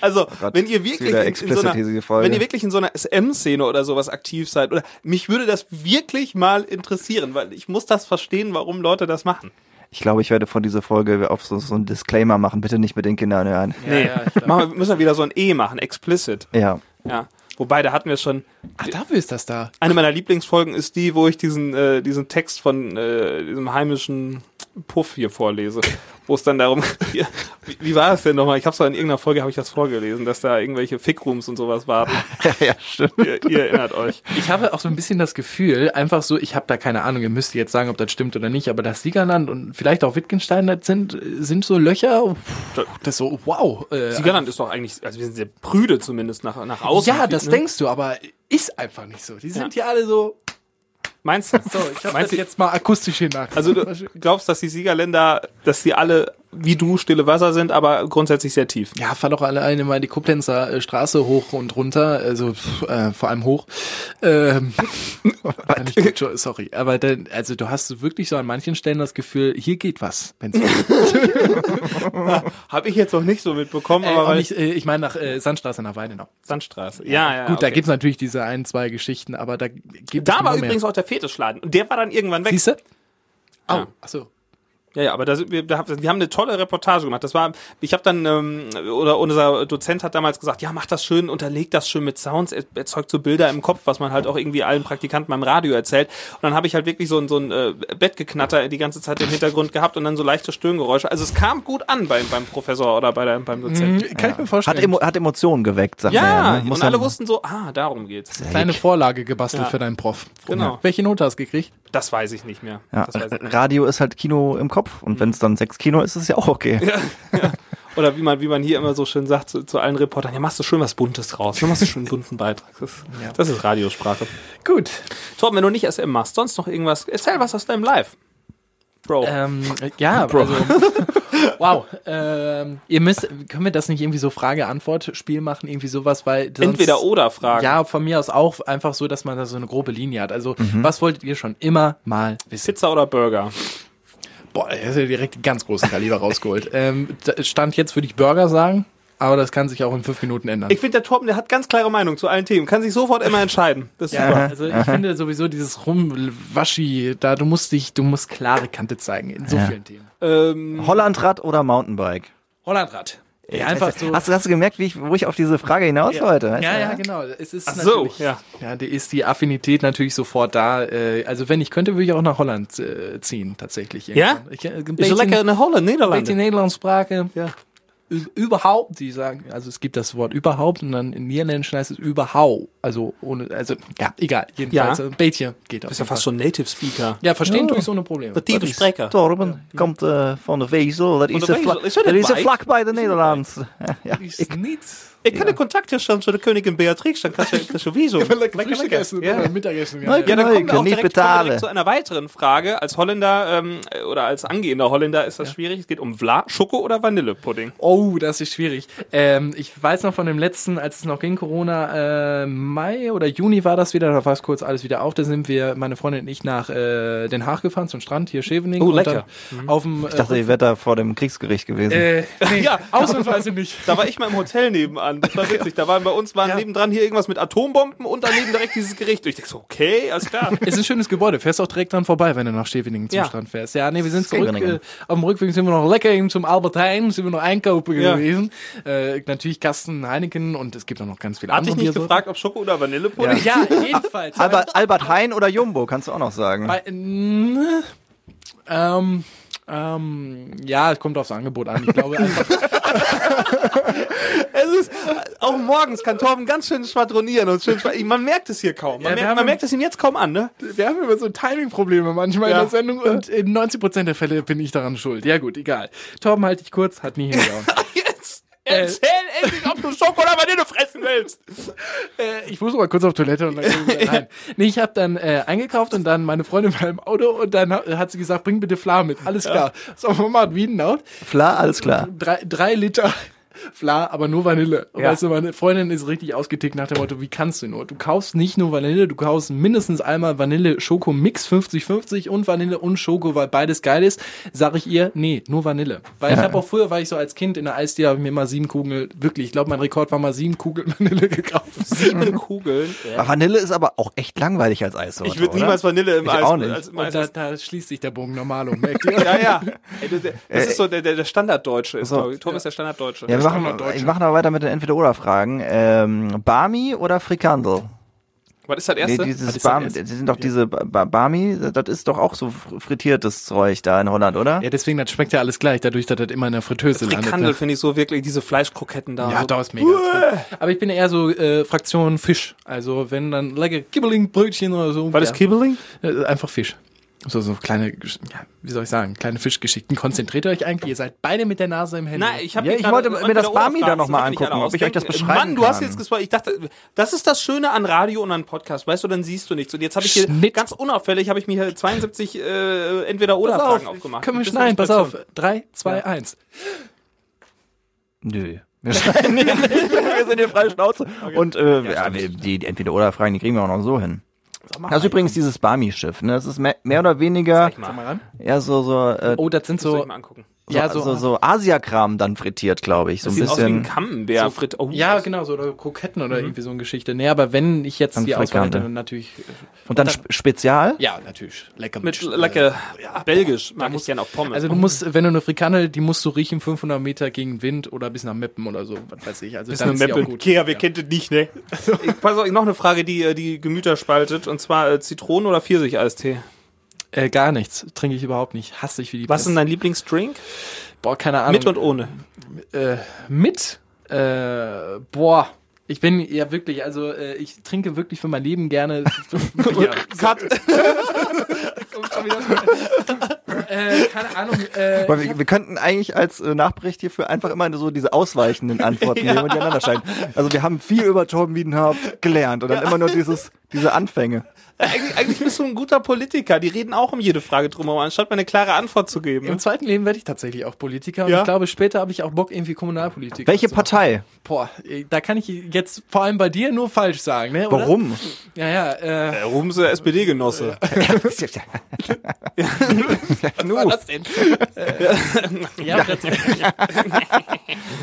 Speaker 2: Also,
Speaker 1: Oh Gott,
Speaker 2: wenn ihr
Speaker 1: ist
Speaker 2: wirklich
Speaker 1: wieder
Speaker 2: in, in so
Speaker 1: explicit
Speaker 2: einer,
Speaker 1: diese Folge.
Speaker 2: wenn ihr wirklich in so einer SM-Szene oder sowas aktiv seid, oder mich würde das wirklich mal interessieren, weil ich muss das verstehen, warum Leute das machen.
Speaker 1: Ich glaube, ich werde von dieser Folge auf so, so einen Disclaimer machen. Bitte nicht mit den Kindern hören.
Speaker 2: Nee,
Speaker 4: ja, ich glaub-
Speaker 2: machen wir, müssen wir wieder so ein E machen, explicit.
Speaker 1: Ja.
Speaker 2: Ja. Wobei, da hatten wir schon,
Speaker 4: Ach, dafür ist das da.
Speaker 2: eine meiner Lieblingsfolgen ist die, wo ich diesen, äh, diesen Text von äh, diesem heimischen Puff hier vorlese, wo es dann darum, [LAUGHS] wie, wie war es denn nochmal? Ich habe es in irgendeiner Folge, habe ich das vorgelesen, dass da irgendwelche Fickrooms und sowas warten.
Speaker 1: Ja, [LAUGHS] ja, stimmt.
Speaker 2: ihr, ihr erinnert euch.
Speaker 4: Ich habe auch so ein bisschen das Gefühl, einfach so, ich habe da keine Ahnung, ihr müsst jetzt sagen, ob das stimmt oder nicht, aber das Siegerland und vielleicht auch Wittgenstein, das sind, sind so Löcher, pff, das so, wow. Äh,
Speaker 2: Siegerland ist doch eigentlich, also wir sind sehr prüde zumindest nach, nach außen.
Speaker 4: ja, das
Speaker 2: ne?
Speaker 4: denkst du, aber ist einfach nicht so. Die sind ja alle so,
Speaker 2: Meinst du?
Speaker 4: so, ich habe
Speaker 2: Meinst
Speaker 4: das
Speaker 2: du
Speaker 4: jetzt mal akustisch hier nach. [LAUGHS]
Speaker 2: Also du glaubst, dass die Siegerländer, dass die alle wie du stille Wasser sind, aber grundsätzlich sehr tief.
Speaker 4: Ja, fahr doch alleine mal die Koblenzer äh, Straße hoch und runter, also pff, äh, vor allem hoch.
Speaker 2: [LAUGHS]
Speaker 4: Ähm, kann ich gut, schon- sorry, aber dann, also du hast wirklich so an manchen Stellen das Gefühl, hier geht was.
Speaker 2: [LAUGHS]
Speaker 4: Wenn's
Speaker 2: Habe ich jetzt noch nicht so mitbekommen,
Speaker 4: äh,
Speaker 2: aber
Speaker 4: auch
Speaker 2: weil
Speaker 4: nicht, äh, ich meine nach äh, Sandstraße nach Weidenau.
Speaker 2: Sandstraße. Ja, ja.
Speaker 4: Gut, da
Speaker 2: Ah, okay.
Speaker 4: gibt's natürlich diese ein, zwei Geschichten, aber da gibt's
Speaker 2: Da war
Speaker 4: immer mehr.
Speaker 2: übrigens auch der Fetischladen und der war dann irgendwann weg. Ah.
Speaker 4: siehst du? Au,
Speaker 2: Ja.
Speaker 4: achso.
Speaker 2: Ja, ja, aber da sind wir, da, haben- wir haben eine tolle Reportage gemacht. Das war, ich habe dann, ähm, oder unser Dozent hat damals gesagt, ja, mach das schön, unterleg das schön mit Sounds, er- erzeugt so Bilder im Kopf, was man halt auch irgendwie allen Praktikanten beim Radio erzählt. Und dann habe ich halt wirklich so ein, so ein äh, Bettgeknatter die ganze Zeit im Hintergrund gehabt und dann so leichte Stöhngeräusche. Also es kam gut an beim, beim Professor oder bei der, beim Dozenten.
Speaker 4: Kann ich mir
Speaker 1: Hat,
Speaker 4: vorstellen.
Speaker 1: Emo hat Emotionen geweckt, sagt man.
Speaker 2: Ja,
Speaker 1: Ja, ne?
Speaker 2: und alle
Speaker 1: Mhm. man-
Speaker 2: wussten so, ah, darum geht's.
Speaker 4: Kleine Vorlage gebastelt
Speaker 2: Ja.
Speaker 4: für deinen Prof.
Speaker 2: Genau.
Speaker 4: Welche Note hast du gekriegt?
Speaker 2: Das weiß ich nicht Mhm. mehr.
Speaker 1: Ja,
Speaker 2: Das weiß ich.
Speaker 1: Radio ist halt Kino im Kopf. Und wenn es dann sechs Kino ist, ist es ja auch okay.
Speaker 2: Oder wie man, wie man hier immer so schön sagt zu, zu allen Reportern, ja, machst du schön was Buntes raus, du machst du schön einen bunten Beitrag. Das, das ist Radiosprache.
Speaker 4: Gut.
Speaker 2: Torben, wenn du nicht SM machst, sonst noch irgendwas, erzähl was aus deinem Live. Bro.
Speaker 4: Ähm, ja, also, wow. Ähm, ihr müsst, können wir das nicht irgendwie so Frage-Antwort-Spiel machen, irgendwie sowas, weil sonst-
Speaker 2: Entweder oder Fragen.
Speaker 4: Ja, von mir aus auch einfach so, dass man da so eine grobe Linie hat. Also,
Speaker 2: Mhm.
Speaker 4: was wolltet ihr schon immer mal wissen?
Speaker 2: Pizza oder Burger?
Speaker 4: Boah, er ist ja direkt die ganz großen Kaliber rausgeholt.
Speaker 2: [LAUGHS]
Speaker 4: Ähm, da- Stand jetzt würde ich Burger sagen, aber das kann sich auch in fünf Minuten ändern.
Speaker 2: Ich finde, der Torben, der hat ganz klare Meinung zu allen Themen, kann sich sofort immer entscheiden. Das ist
Speaker 4: ja,
Speaker 2: super.
Speaker 4: also ich finde sowieso dieses Rumwaschi, da du musst dich, du musst klare Kante zeigen in so vielen Themen.
Speaker 2: Ähm,
Speaker 1: Hollandrad oder Mountainbike?
Speaker 4: Hollandrad. Ja, einfach so.
Speaker 1: Hast, du- hast du gemerkt, wie ich, wo ich auf diese Frage hinaus wollte? Weißt
Speaker 4: Ja,
Speaker 1: du?
Speaker 4: ja, genau. Es ist
Speaker 2: Ach so,
Speaker 4: natürlich,
Speaker 2: ja.
Speaker 4: ja, da ist die Affinität natürlich sofort da. Äh, Also wenn ich könnte, würde ich auch nach Holland äh, ziehen, tatsächlich.
Speaker 2: Ja?
Speaker 4: Ich, äh, ein
Speaker 2: ist so
Speaker 4: bisschen,
Speaker 2: lecker in der Holland,
Speaker 4: bisschen
Speaker 2: Niederlande.
Speaker 4: Niederlandssprache.
Speaker 2: Ja.
Speaker 4: Ü- Überhaupt, die sagen, also es gibt das Wort überhaupt und dann in Niederländischen heißt es überhaupt. Also ohne, also ja, egal. Jedenfalls,
Speaker 2: Ja.
Speaker 4: ja. Bätchen geht auf
Speaker 2: Ist ja
Speaker 4: jeden Fall.
Speaker 2: fast schon Native Speaker.
Speaker 4: Ja, verstehen tue ich ohne Probleme.
Speaker 2: Natieve Spreker.
Speaker 1: Torben komt eh, van de Vezel. Dat is,
Speaker 2: de
Speaker 1: de
Speaker 2: Vezel.
Speaker 1: vla-
Speaker 2: Is dat
Speaker 1: dat
Speaker 2: het
Speaker 1: is de
Speaker 2: bij?
Speaker 1: vlakbij de Nederlands. Ja, ja.
Speaker 4: Ist nichts.
Speaker 2: Ich kann den Kontakt herstellen zu der Königin Beatrix, dann kannst du das sowieso.
Speaker 4: Frühstück essen
Speaker 2: Ja.
Speaker 4: oder Mittagessen.
Speaker 1: Nein,
Speaker 4: Ja,
Speaker 2: Ja, dann
Speaker 4: ja.
Speaker 1: Genau,
Speaker 2: kommen wir
Speaker 1: ihr könnt
Speaker 2: auch
Speaker 1: nicht
Speaker 2: direkt, kommen wir
Speaker 1: betalen.
Speaker 2: direkt zu einer weiteren Frage. Als Holländer ähm, oder als angehender Holländer ist das schwierig. Es geht um Vla, Schoko oder Vanillepudding.
Speaker 4: Oh, das ist schwierig. Ähm, ich weiß noch von dem letzten, als es noch ging, Corona, äh, Mai oder Juni war das wieder, da war es kurz alles wieder auf. Da sind wir, meine Freundin und ich, nach äh, Den Haag gefahren, zum Strand, hier Scheveningen.
Speaker 2: Oh,
Speaker 4: und
Speaker 2: lecker.
Speaker 4: Dann auf dem,
Speaker 1: Ich dachte, ihr wärt da vor dem Kriegsgericht gewesen.
Speaker 4: äh,
Speaker 2: [LAUGHS]
Speaker 4: nee,
Speaker 2: Ja.
Speaker 4: ausnahmsweise nicht.
Speaker 2: Da war ich mal im Hotel nebenan. Das war witzig. Da waren bei uns waren
Speaker 4: Ja.
Speaker 2: nebendran hier irgendwas mit Atombomben und daneben direkt dieses Gericht. Und ich dachte so, okay, alles
Speaker 4: [LAUGHS]
Speaker 2: klar.
Speaker 4: Es [LAUGHS] ist ein schönes Gebäude, fährst auch direkt dran vorbei, wenn du nach Scheveningen zum
Speaker 2: Ja.
Speaker 4: Strand fährst. Ja, nee, wir sind zurück,
Speaker 1: Scheveningen.
Speaker 4: äh, auf dem Rückweg sind wir noch lecker eben zum Albert Heijn, sind wir noch einkaufen
Speaker 2: Ja.
Speaker 4: gewesen. Äh, natürlich Kasten, Heineken und es gibt auch noch ganz viele
Speaker 2: Hat
Speaker 4: andere
Speaker 2: dich nicht
Speaker 4: Biersorten.
Speaker 2: gefragt, ob Schoko oder Vanillepudding?
Speaker 4: Ja,
Speaker 1: [LAUGHS]
Speaker 4: jedenfalls.
Speaker 1: Albert, Albert Hein oder Jumbo, kannst du auch noch sagen.
Speaker 4: Bei, Äh, n- ähm, ähm, ja, es kommt aufs Angebot an. Ich [LAUGHS] glaube einfach,
Speaker 2: Es ist, auch morgens kann Torben ganz schön schwadronieren und schön schwadronieren. Man merkt es hier kaum. Man,
Speaker 4: Ja, wir
Speaker 2: merkt,
Speaker 4: haben-
Speaker 2: man merkt es ihm jetzt kaum an,
Speaker 4: [LAUGHS]
Speaker 2: ne?
Speaker 4: wir haben immer so Timing-Probleme manchmal
Speaker 2: Ja.
Speaker 4: in der Sendung und in 90% der Fälle bin ich daran schuld. Ja gut, egal. Torben, halte dich kurz, hat nie hingehauen.
Speaker 2: Jetzt erzähl endlich, ob du Schoko oder Vanille fressen willst.
Speaker 4: [LAUGHS] Äh, ich muss mal kurz auf Toilette und dann nein. [LAUGHS] Nee, ich habe dann äh, eingekauft und dann meine Freundin war im Auto und dann ha- hat sie gesagt, bring bitte Fla mit. Alles klar. So, Mama hat ne? Wiedenhaut.
Speaker 1: Fla, alles klar.
Speaker 4: Drei, drei Liter Fla, aber nur Vanille. Und
Speaker 2: Ja.
Speaker 4: Weißt du, meine Freundin ist richtig ausgetickt nach dem Motto, wie kannst du nur? Du kaufst nicht nur Vanille, du kaufst mindestens einmal Vanille-Schoko-Mix 50-50 und Vanille und Schoko, weil beides geil ist. Sag ich ihr, nee, nur Vanille. Weil ich habe auch früher, war ich so als Kind in der Eisdiele, habe ich mir mal sieben Kugeln, wirklich, ich glaube, mein Rekord war mal sieben Kugeln [LAUGHS] Vanille gekauft.
Speaker 2: Sieben Kugeln.
Speaker 1: Aber Vanille ist aber auch echt langweilig als Eissorte.
Speaker 2: Ich würde
Speaker 1: oder?
Speaker 2: niemals Vanille im
Speaker 1: Ich
Speaker 2: Eis.
Speaker 1: auch nicht.
Speaker 2: Als, im
Speaker 4: Und
Speaker 2: Eis
Speaker 4: da, da schließt sich der Bogen normal um. merkt ihr? [LAUGHS]
Speaker 2: ja, ja. Ey, du, der- Das ist so der, der der Standarddeutsche. Ist,
Speaker 1: Äh, So.
Speaker 2: glaub ich. Torben ist der Standarddeutsche.
Speaker 1: Ja, wir machen, ich mache noch weiter mit den Entweder-Oder-Fragen. Ähm, Barmi oder Frikandel?
Speaker 2: Was ist das
Speaker 1: Nee,
Speaker 2: Erste?
Speaker 1: dieses
Speaker 4: ist das
Speaker 1: Barmi,
Speaker 4: erste?
Speaker 1: das sind doch diese Ba- Ba- Barmi, das ist doch auch so fr- frittiertes Zeug da in Holland, oder?
Speaker 4: ja, deswegen, das schmeckt ja alles gleich, dadurch, dass das immer in der Fritteuse landet.
Speaker 2: Frikandel
Speaker 4: Ne?
Speaker 2: finde ich so wirklich, diese Fleischkroketten da.
Speaker 4: Ja,
Speaker 2: so.
Speaker 4: da ist mega. Aber ich bin eher so äh, Fraktion Fisch. Also wenn dann lecker Kibbeling, Brötchen oder so.
Speaker 2: War das Kibbeling?
Speaker 4: Äh, einfach Fisch. So, so kleine, Gesch- ja, wie soll ich sagen, kleine Fischgeschichten. Konzentriert euch eigentlich, ihr seid beide mit der Nase im Handy.
Speaker 2: Nein, ich habe
Speaker 1: Ja, ich wollte mir das Barmi da noch mal angucken, ob ich euch das beschreiben
Speaker 2: Mann, du hast
Speaker 1: kann.
Speaker 2: jetzt gespoilert. Ich dachte, das ist das Schöne an Radio und an Podcast, weißt du, dann siehst du nichts. Und jetzt habe ich hier
Speaker 4: Schnitt.
Speaker 2: ganz unauffällig habe ich mir hier 72 äh, entweder oder
Speaker 4: pass
Speaker 2: Fragen
Speaker 4: auf,
Speaker 2: aufgemacht.
Speaker 4: können wir
Speaker 2: Bisschen
Speaker 4: schneiden, pass auf.
Speaker 2: Inspiration.
Speaker 4: Drei, zwei, eins.
Speaker 1: Nö. Wir schneiden nicht. Wir sind hier freie Schnauze. [LAUGHS] Und äh, ja, wir- die Entweder-Oder-Fragen, die kriegen wir auch noch so hin. Das ist übrigens dieses Barmi-Schiff, ne? Das ist mehr, mehr oder weniger,
Speaker 4: Sag mal ran.
Speaker 1: ja, so, so, äh,
Speaker 4: Oh, das sind
Speaker 2: Soll ich
Speaker 4: so,
Speaker 2: mal angucken.
Speaker 4: ja,
Speaker 1: so,
Speaker 4: so,
Speaker 1: so, so Asiakram dann frittiert, glaube ich. So ein
Speaker 2: Sieht aus wie ein
Speaker 1: bisschen.
Speaker 2: Camembert. Fritt. Oh,
Speaker 4: Ja, genau, so oder Kroketten oder irgendwie so eine Geschichte. Nee, aber wenn ich jetzt
Speaker 1: Dann
Speaker 4: die Auswahl hätte,
Speaker 1: Frikante.
Speaker 4: dann ne? natürlich. äh,
Speaker 1: Und dann sp Spezial?
Speaker 4: Ja, natürlich. Lecker äh,
Speaker 2: Mit
Speaker 4: Sch-
Speaker 2: lecker Belgisch mag ich
Speaker 4: muss-
Speaker 2: gerne auf Pommes.
Speaker 4: Also du musst, wenn du eine Frikandel, die musst du riechen 500 Meter gegen Wind oder bis nach Meppen oder so, was weiß ich. Also
Speaker 2: Bis
Speaker 4: dann
Speaker 2: eine
Speaker 4: ist die auch
Speaker 2: Meppe.
Speaker 4: gut.
Speaker 2: Kea, wir kennt es nicht, ne? Ich, pass auf, ich noch eine Frage, die äh, die Gemüter spaltet, und zwar äh, Zitronen- oder Pfirsich-Eistee.
Speaker 4: Äh, gar nichts, trinke ich überhaupt nicht, hasse ich wie die
Speaker 2: Was ist
Speaker 4: Pest.
Speaker 2: denn dein Lieblingsdrink?
Speaker 4: Boah, keine Ahnung.
Speaker 2: Mit und ohne.
Speaker 4: äh, mit? Äh, boah. Ich bin ja wirklich, also äh, ich trinke wirklich für mein
Speaker 2: [LAUGHS]
Speaker 4: Leben gerne. [LAUGHS] ja. [LAUGHS]
Speaker 2: Cut.
Speaker 4: Kommt schon wieder- äh, keine Ahnung. Äh,
Speaker 1: Weil wir, wir könnten eigentlich als äh, Nachbericht hierfür einfach immer so diese ausweichenden
Speaker 2: [LAUGHS]
Speaker 1: Antworten nehmen und die aneinander schneiden. Also wir haben viel über Torben Wiedenhaupt gelernt und dann immer nur dieses, diese Anfänge.
Speaker 2: Eigentlich, eigentlich bist du ein guter Politiker. Die reden auch um jede Frage drumherum, anstatt mir eine klare Antwort zu
Speaker 4: Im
Speaker 2: geben.
Speaker 4: zweiten Leben werde ich tatsächlich auch Politiker und
Speaker 2: Ja.
Speaker 4: ich glaube, später habe ich auch Bock, irgendwie Kommunalpolitik.
Speaker 1: Welche
Speaker 4: zu machen.
Speaker 1: Partei?
Speaker 4: Boah, äh, da kann ich jetzt vor allem bei dir nur falsch sagen, ne? Oder?
Speaker 1: Warum?
Speaker 4: Ja, ja, äh,
Speaker 2: Der Ruhm ist der SPD-Genosse.
Speaker 4: was war das denn? äh, [LAUGHS] ja,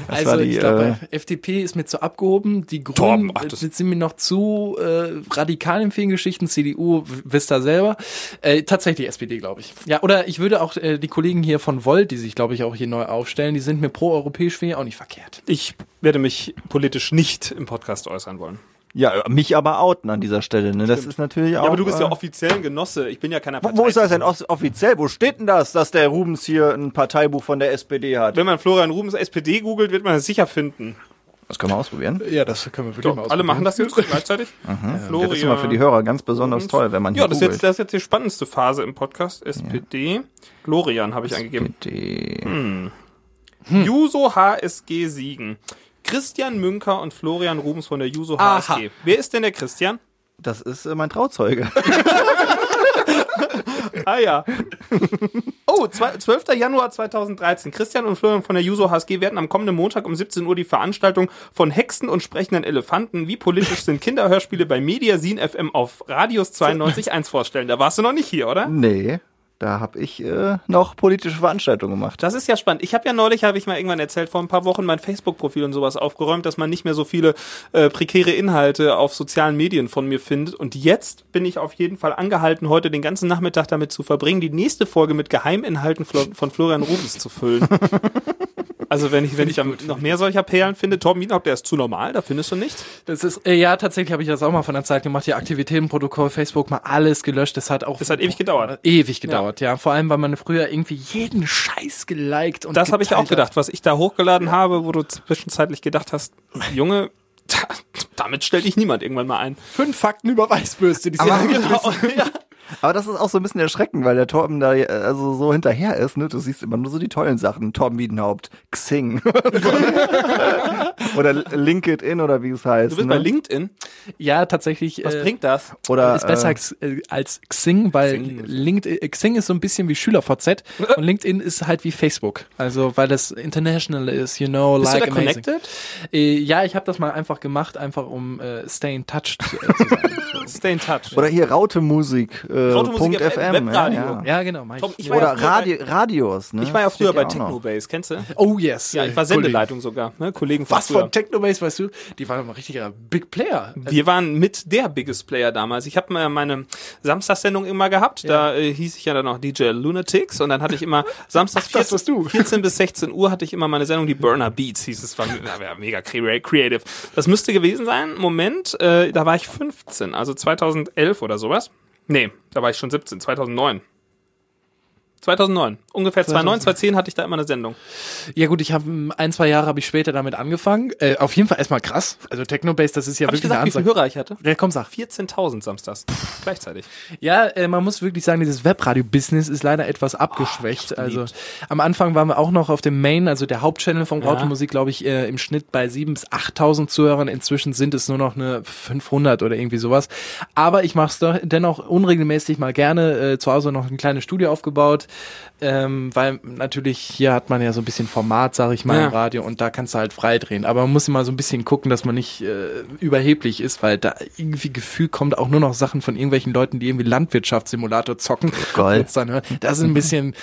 Speaker 4: [LAUGHS] also
Speaker 1: war die,
Speaker 4: ich glaube, FDP ist mir zu abgehoben, die Grünen
Speaker 2: Torben, ach,
Speaker 4: äh,
Speaker 2: das-
Speaker 4: sind mir noch zu äh, radikal in vielen Geschichten, CDU, w- wisst ihr selber. Äh, tatsächlich SPD, glaube ich. Ja, oder ich würde auch äh, die Kollegen hier von Volt, die sich, glaube ich, auch hier neu aufstellen, die sind mir proeuropäisch, wäre auch nicht verkehrt.
Speaker 2: Ich werde mich politisch nicht im Podcast äußern wollen.
Speaker 1: [LAUGHS] Ja, mich aber outen an dieser Stelle. Ne? Das ist natürlich auch.
Speaker 2: Ja, aber du bist ja
Speaker 1: äh,
Speaker 2: offiziell ein Genosse. Ich bin ja keiner
Speaker 1: Wo, wo ist das denn off- offiziell? Wo steht denn das, dass der Rubens hier ein Parteibuch von der SPD hat?
Speaker 2: Wenn man Florian Rubens SPD googelt, wird man es sicher finden.
Speaker 1: Das können wir ausprobieren.
Speaker 4: Ja, das können wir wirklich
Speaker 2: So, alle machen das jetzt
Speaker 1: [LAUGHS]
Speaker 2: gleichzeitig.
Speaker 1: Das ist immer für die Hörer ganz besonders toll, wenn man hier
Speaker 2: Ja, das ist, jetzt,
Speaker 1: googelt.
Speaker 2: das ist jetzt die spannendste Phase im Podcast. SPD. Glorian habe ich angegeben.
Speaker 1: Die- Hm.
Speaker 2: Juso HSG Siegen. Christian Münker und Florian Rubens von der Juso
Speaker 4: Aha.
Speaker 2: HSG. Wer ist denn der Christian?
Speaker 1: Das ist äh, mein Trauzeuge. [LAUGHS]
Speaker 2: Ah ja. Oh, zwei- 12. Januar 2013. Christian und Florian von der Juso HSG werden am kommenden Montag um 17 Uhr die Veranstaltung von Hexen und sprechenden Elefanten, wie politisch sind Kinderhörspiele bei Mediasin FM auf Radius 92.1 vorstellen. Da warst du noch nicht hier, oder?
Speaker 1: Nee, da habe ich äh, noch politische Veranstaltungen gemacht.
Speaker 2: Das ist ja spannend. Ich habe ja neulich, habe ich mal irgendwann erzählt, vor ein paar Wochen mein Facebook-Profil und sowas aufgeräumt, dass man nicht mehr so viele äh, prekäre Inhalte auf sozialen Medien von mir findet. Und jetzt bin ich auf jeden Fall angehalten, heute den ganzen Nachmittag damit zu verbringen, die nächste Folge mit Geheiminhalten Flo- von Florian Rubens zu füllen. Also wenn ich, wenn ich am, noch mehr solcher Perlen finde, Tom Wienhock, der ist zu normal, da findest du nichts.
Speaker 4: Das ist, äh, ja, tatsächlich habe ich das auch mal von der Zeit gemacht. Die Aktivitätenprotokoll, Facebook, mal alles gelöscht. Das hat auch.
Speaker 2: Das hat ewig gedauert.
Speaker 4: Ewig gedauert, ja. Vor allem, weil man früher irgendwie jeden Scheiß geliked und.
Speaker 2: Das habe ich ja auch
Speaker 4: geteilt hat.
Speaker 2: gedacht, was ich da hochgeladen habe, wo du zwischenzeitlich gedacht hast, Junge, da, damit stellt dich niemand irgendwann mal ein.
Speaker 4: Fünf Fakten über Weißbürste. Die
Speaker 1: Aber-
Speaker 4: sind-
Speaker 2: Genau,
Speaker 4: [LAUGHS]
Speaker 2: ja.
Speaker 1: Aber das ist auch so ein bisschen erschreckend, weil der Torben da äh, also so hinterher ist. Ne? Du siehst immer nur so die tollen Sachen. Torben Wiedenhaupt, Xing. [LAUGHS] oder LinkedIn oder wie es heißt.
Speaker 2: Du bist
Speaker 1: ne?
Speaker 2: bei LinkedIn.
Speaker 4: ja, tatsächlich.
Speaker 2: Was
Speaker 4: äh,
Speaker 2: bringt das?
Speaker 1: oder,
Speaker 4: ist besser
Speaker 1: äh,
Speaker 4: als, äh, als Xing, weil
Speaker 2: Xing.
Speaker 4: LinkedIn, äh, Xing ist so ein bisschen wie [LAUGHS] SchülerVZ und LinkedIn ist halt wie Facebook. Also weil das international ist, you know,
Speaker 2: Bist
Speaker 4: like
Speaker 2: du da
Speaker 4: amazing.
Speaker 2: connected?
Speaker 4: Äh, ja, ich habe das mal einfach gemacht, einfach um äh, stay in touch zu, äh, [LAUGHS] zu sein.
Speaker 2: Stay in touch.
Speaker 1: oder hier Rautemusik. Äh,
Speaker 2: Rautemusik
Speaker 1: Punkt
Speaker 2: FM,
Speaker 1: FM. Ja,
Speaker 2: Webradio.
Speaker 1: ja.
Speaker 4: ja, genau. Mach ich.
Speaker 2: Tom, ich war ja
Speaker 1: Oder
Speaker 2: früher
Speaker 1: Radi Radios. Ne?
Speaker 2: ich war ja früher
Speaker 1: Steht auch
Speaker 2: bei
Speaker 1: noch.
Speaker 2: Technobase, kennst du?
Speaker 4: oh yes.
Speaker 2: Ja, ich war
Speaker 4: äh, Kollegen.
Speaker 2: Sendeleitung sogar, ne? Kollegen von
Speaker 4: Was
Speaker 2: früher.
Speaker 4: von Technobase, weißt du? Die waren doch mal richtiger Big Player. Also,
Speaker 2: wir waren mit der Biggest Player damals. Ich habe mal meine Samstagssendung immer gehabt. Da äh, hieß ich ja dann noch DJ Lunatics und dann hatte ich
Speaker 4: [LAUGHS]
Speaker 2: immer samstags
Speaker 4: das
Speaker 2: 14,
Speaker 4: warst du.
Speaker 2: 14 bis 16 Uhr hatte ich immer meine Sendung, die Burner Beats hieß es. War, war mega cre- creative. Das müsste gewesen sein. Moment, äh, da war ich 15, also 2011 oder sowas. Nee, da war ich schon 17, 2009. 2009, ungefähr 2009, 2010 hatte ich da immer eine Sendung.
Speaker 4: Ja gut, ich habe ein, zwei Jahre habe ich später damit angefangen. Äh, auf jeden Fall erstmal krass. Also Technobase, das ist ja
Speaker 2: Hab ich
Speaker 4: wirklich
Speaker 2: gesagt, wie viele
Speaker 4: eine Ansage.
Speaker 2: Hörer ich hatte?
Speaker 4: Ja, komm, sag.
Speaker 2: 14.000 samstags, gleichzeitig.
Speaker 4: Ja, äh, man muss wirklich sagen, dieses Webradio-Business ist leider etwas abgeschwächt. also am Anfang waren wir auch noch auf dem Main, also der Hauptchannel von Raute Musik, glaube ich, äh, im Schnitt bei 7.000 bis 8.000 Zuhörern. Inzwischen sind es nur noch eine 500 oder irgendwie sowas. Aber ich mache es dennoch unregelmäßig mal gerne. Äh, zu Hause noch ein kleines Studio aufgebaut, ähm, weil natürlich hier hat man ja so ein bisschen Format, sage ich mal,
Speaker 2: Ja.
Speaker 4: im Radio und da kannst du halt frei drehen. Aber man muss immer so ein bisschen gucken, dass man nicht äh, überheblich ist, weil da irgendwie Gefühl kommt auch nur noch Sachen von irgendwelchen Leuten, die irgendwie Landwirtschaftssimulator zocken
Speaker 1: Geil.
Speaker 4: und uns dann hören. Das ist ein bisschen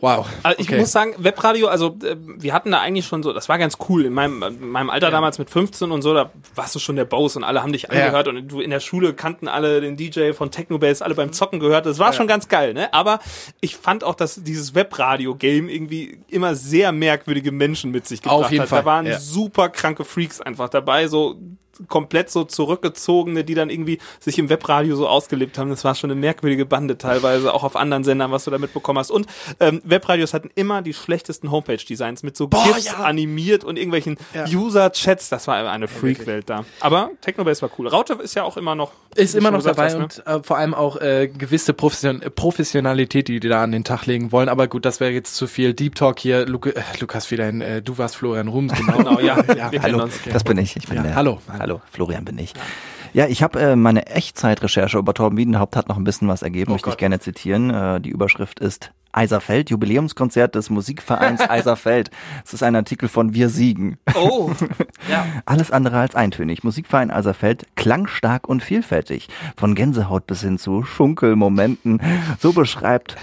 Speaker 4: wow.
Speaker 2: Also ich muss sagen, Webradio, also äh, wir hatten da eigentlich schon so, das war ganz cool. In meinem, in meinem Alter damals mit 15 und so, da warst du schon der Boss und alle haben dich angehört und du in der Schule kannten alle den DJ von Technobase, alle beim Zocken gehört. Das war schon ganz geil, ne? Aber ich fand auch, dass dieses Webradio-Game irgendwie immer sehr merkwürdige Menschen mit sich gebracht
Speaker 4: Auf jeden
Speaker 2: hat.
Speaker 4: Fall,
Speaker 2: Da waren
Speaker 4: ja.
Speaker 2: super kranke Freaks einfach dabei, so komplett so zurückgezogene, die dann irgendwie sich im Webradio so ausgelebt haben. Das war schon eine merkwürdige Bande teilweise, auch auf anderen Sendern, was du da mitbekommen hast. Und ähm, Webradios hatten immer die schlechtesten Homepage-Designs mit so GIFs
Speaker 4: ja.
Speaker 2: animiert und irgendwelchen User-Chats. Das war eine Freak-Welt da. Aber Technobase war cool. Raute ist ja auch immer noch
Speaker 4: ist
Speaker 2: wie
Speaker 4: immer
Speaker 2: du
Speaker 4: noch
Speaker 2: schon gesagt
Speaker 4: dabei
Speaker 2: hast, ne?
Speaker 4: und äh, vor allem auch äh, gewisse Profession äh, Professionalität, die die da an den Tag legen wollen. Aber gut, das wäre jetzt zu viel Deep Talk hier. Luke, äh, Lukas Federhin, äh, du warst Florian Rums, genau.
Speaker 2: Genau, ja. Wir kennen
Speaker 1: Hallo,
Speaker 2: uns.
Speaker 1: das bin ich. ich bin
Speaker 4: Ja,
Speaker 1: der,
Speaker 4: hallo.
Speaker 1: Hallo, Florian bin ich. Ja, ich habe äh, meine Echtzeitrecherche über Torben Wiedenhaupt hat noch ein bisschen was ergeben, möchte ich gerne zitieren. Äh, die Überschrift ist Eiserfeld, Jubiläumskonzert des Musikvereins Eiserfeld. Es ist ein Artikel von Wir Siegen.
Speaker 2: Oh, ja.
Speaker 1: Alles andere als eintönig. Musikverein Alserfeld klangstark und vielfältig. Von Gänsehaut bis hin zu Schunkelmomenten. So beschreibt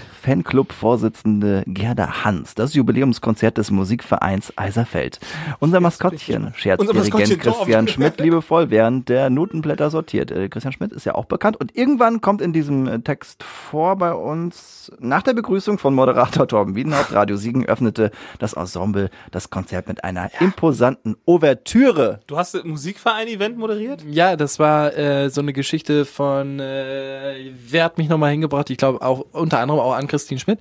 Speaker 1: Fanclub-Vorsitzende Gerda Hans das Jubiläumskonzert des Musikvereins Alserfeld. Unser Maskottchen,
Speaker 2: Unser Maskottchen
Speaker 1: Scherzdirigent Christian
Speaker 2: Torben.
Speaker 1: Schmidt, [LAUGHS] liebevoll während der Notenblätter sortiert. Äh, Christian Schmidt ist ja auch bekannt. Und irgendwann kommt in diesem äh, Text vor bei uns, nach der Begrüßung von Moderator Torben Wiedenhaupt, Radio Siegen, öffnete das Ensemble das Konzert mit einer imposanten Ouvertüre.
Speaker 2: Du hast das Musikverein-Event moderiert?
Speaker 4: Ja, das war äh, so eine Geschichte von, äh, wer hat mich nochmal hingebracht? Ich glaube auch unter anderem auch an Christine Schmidt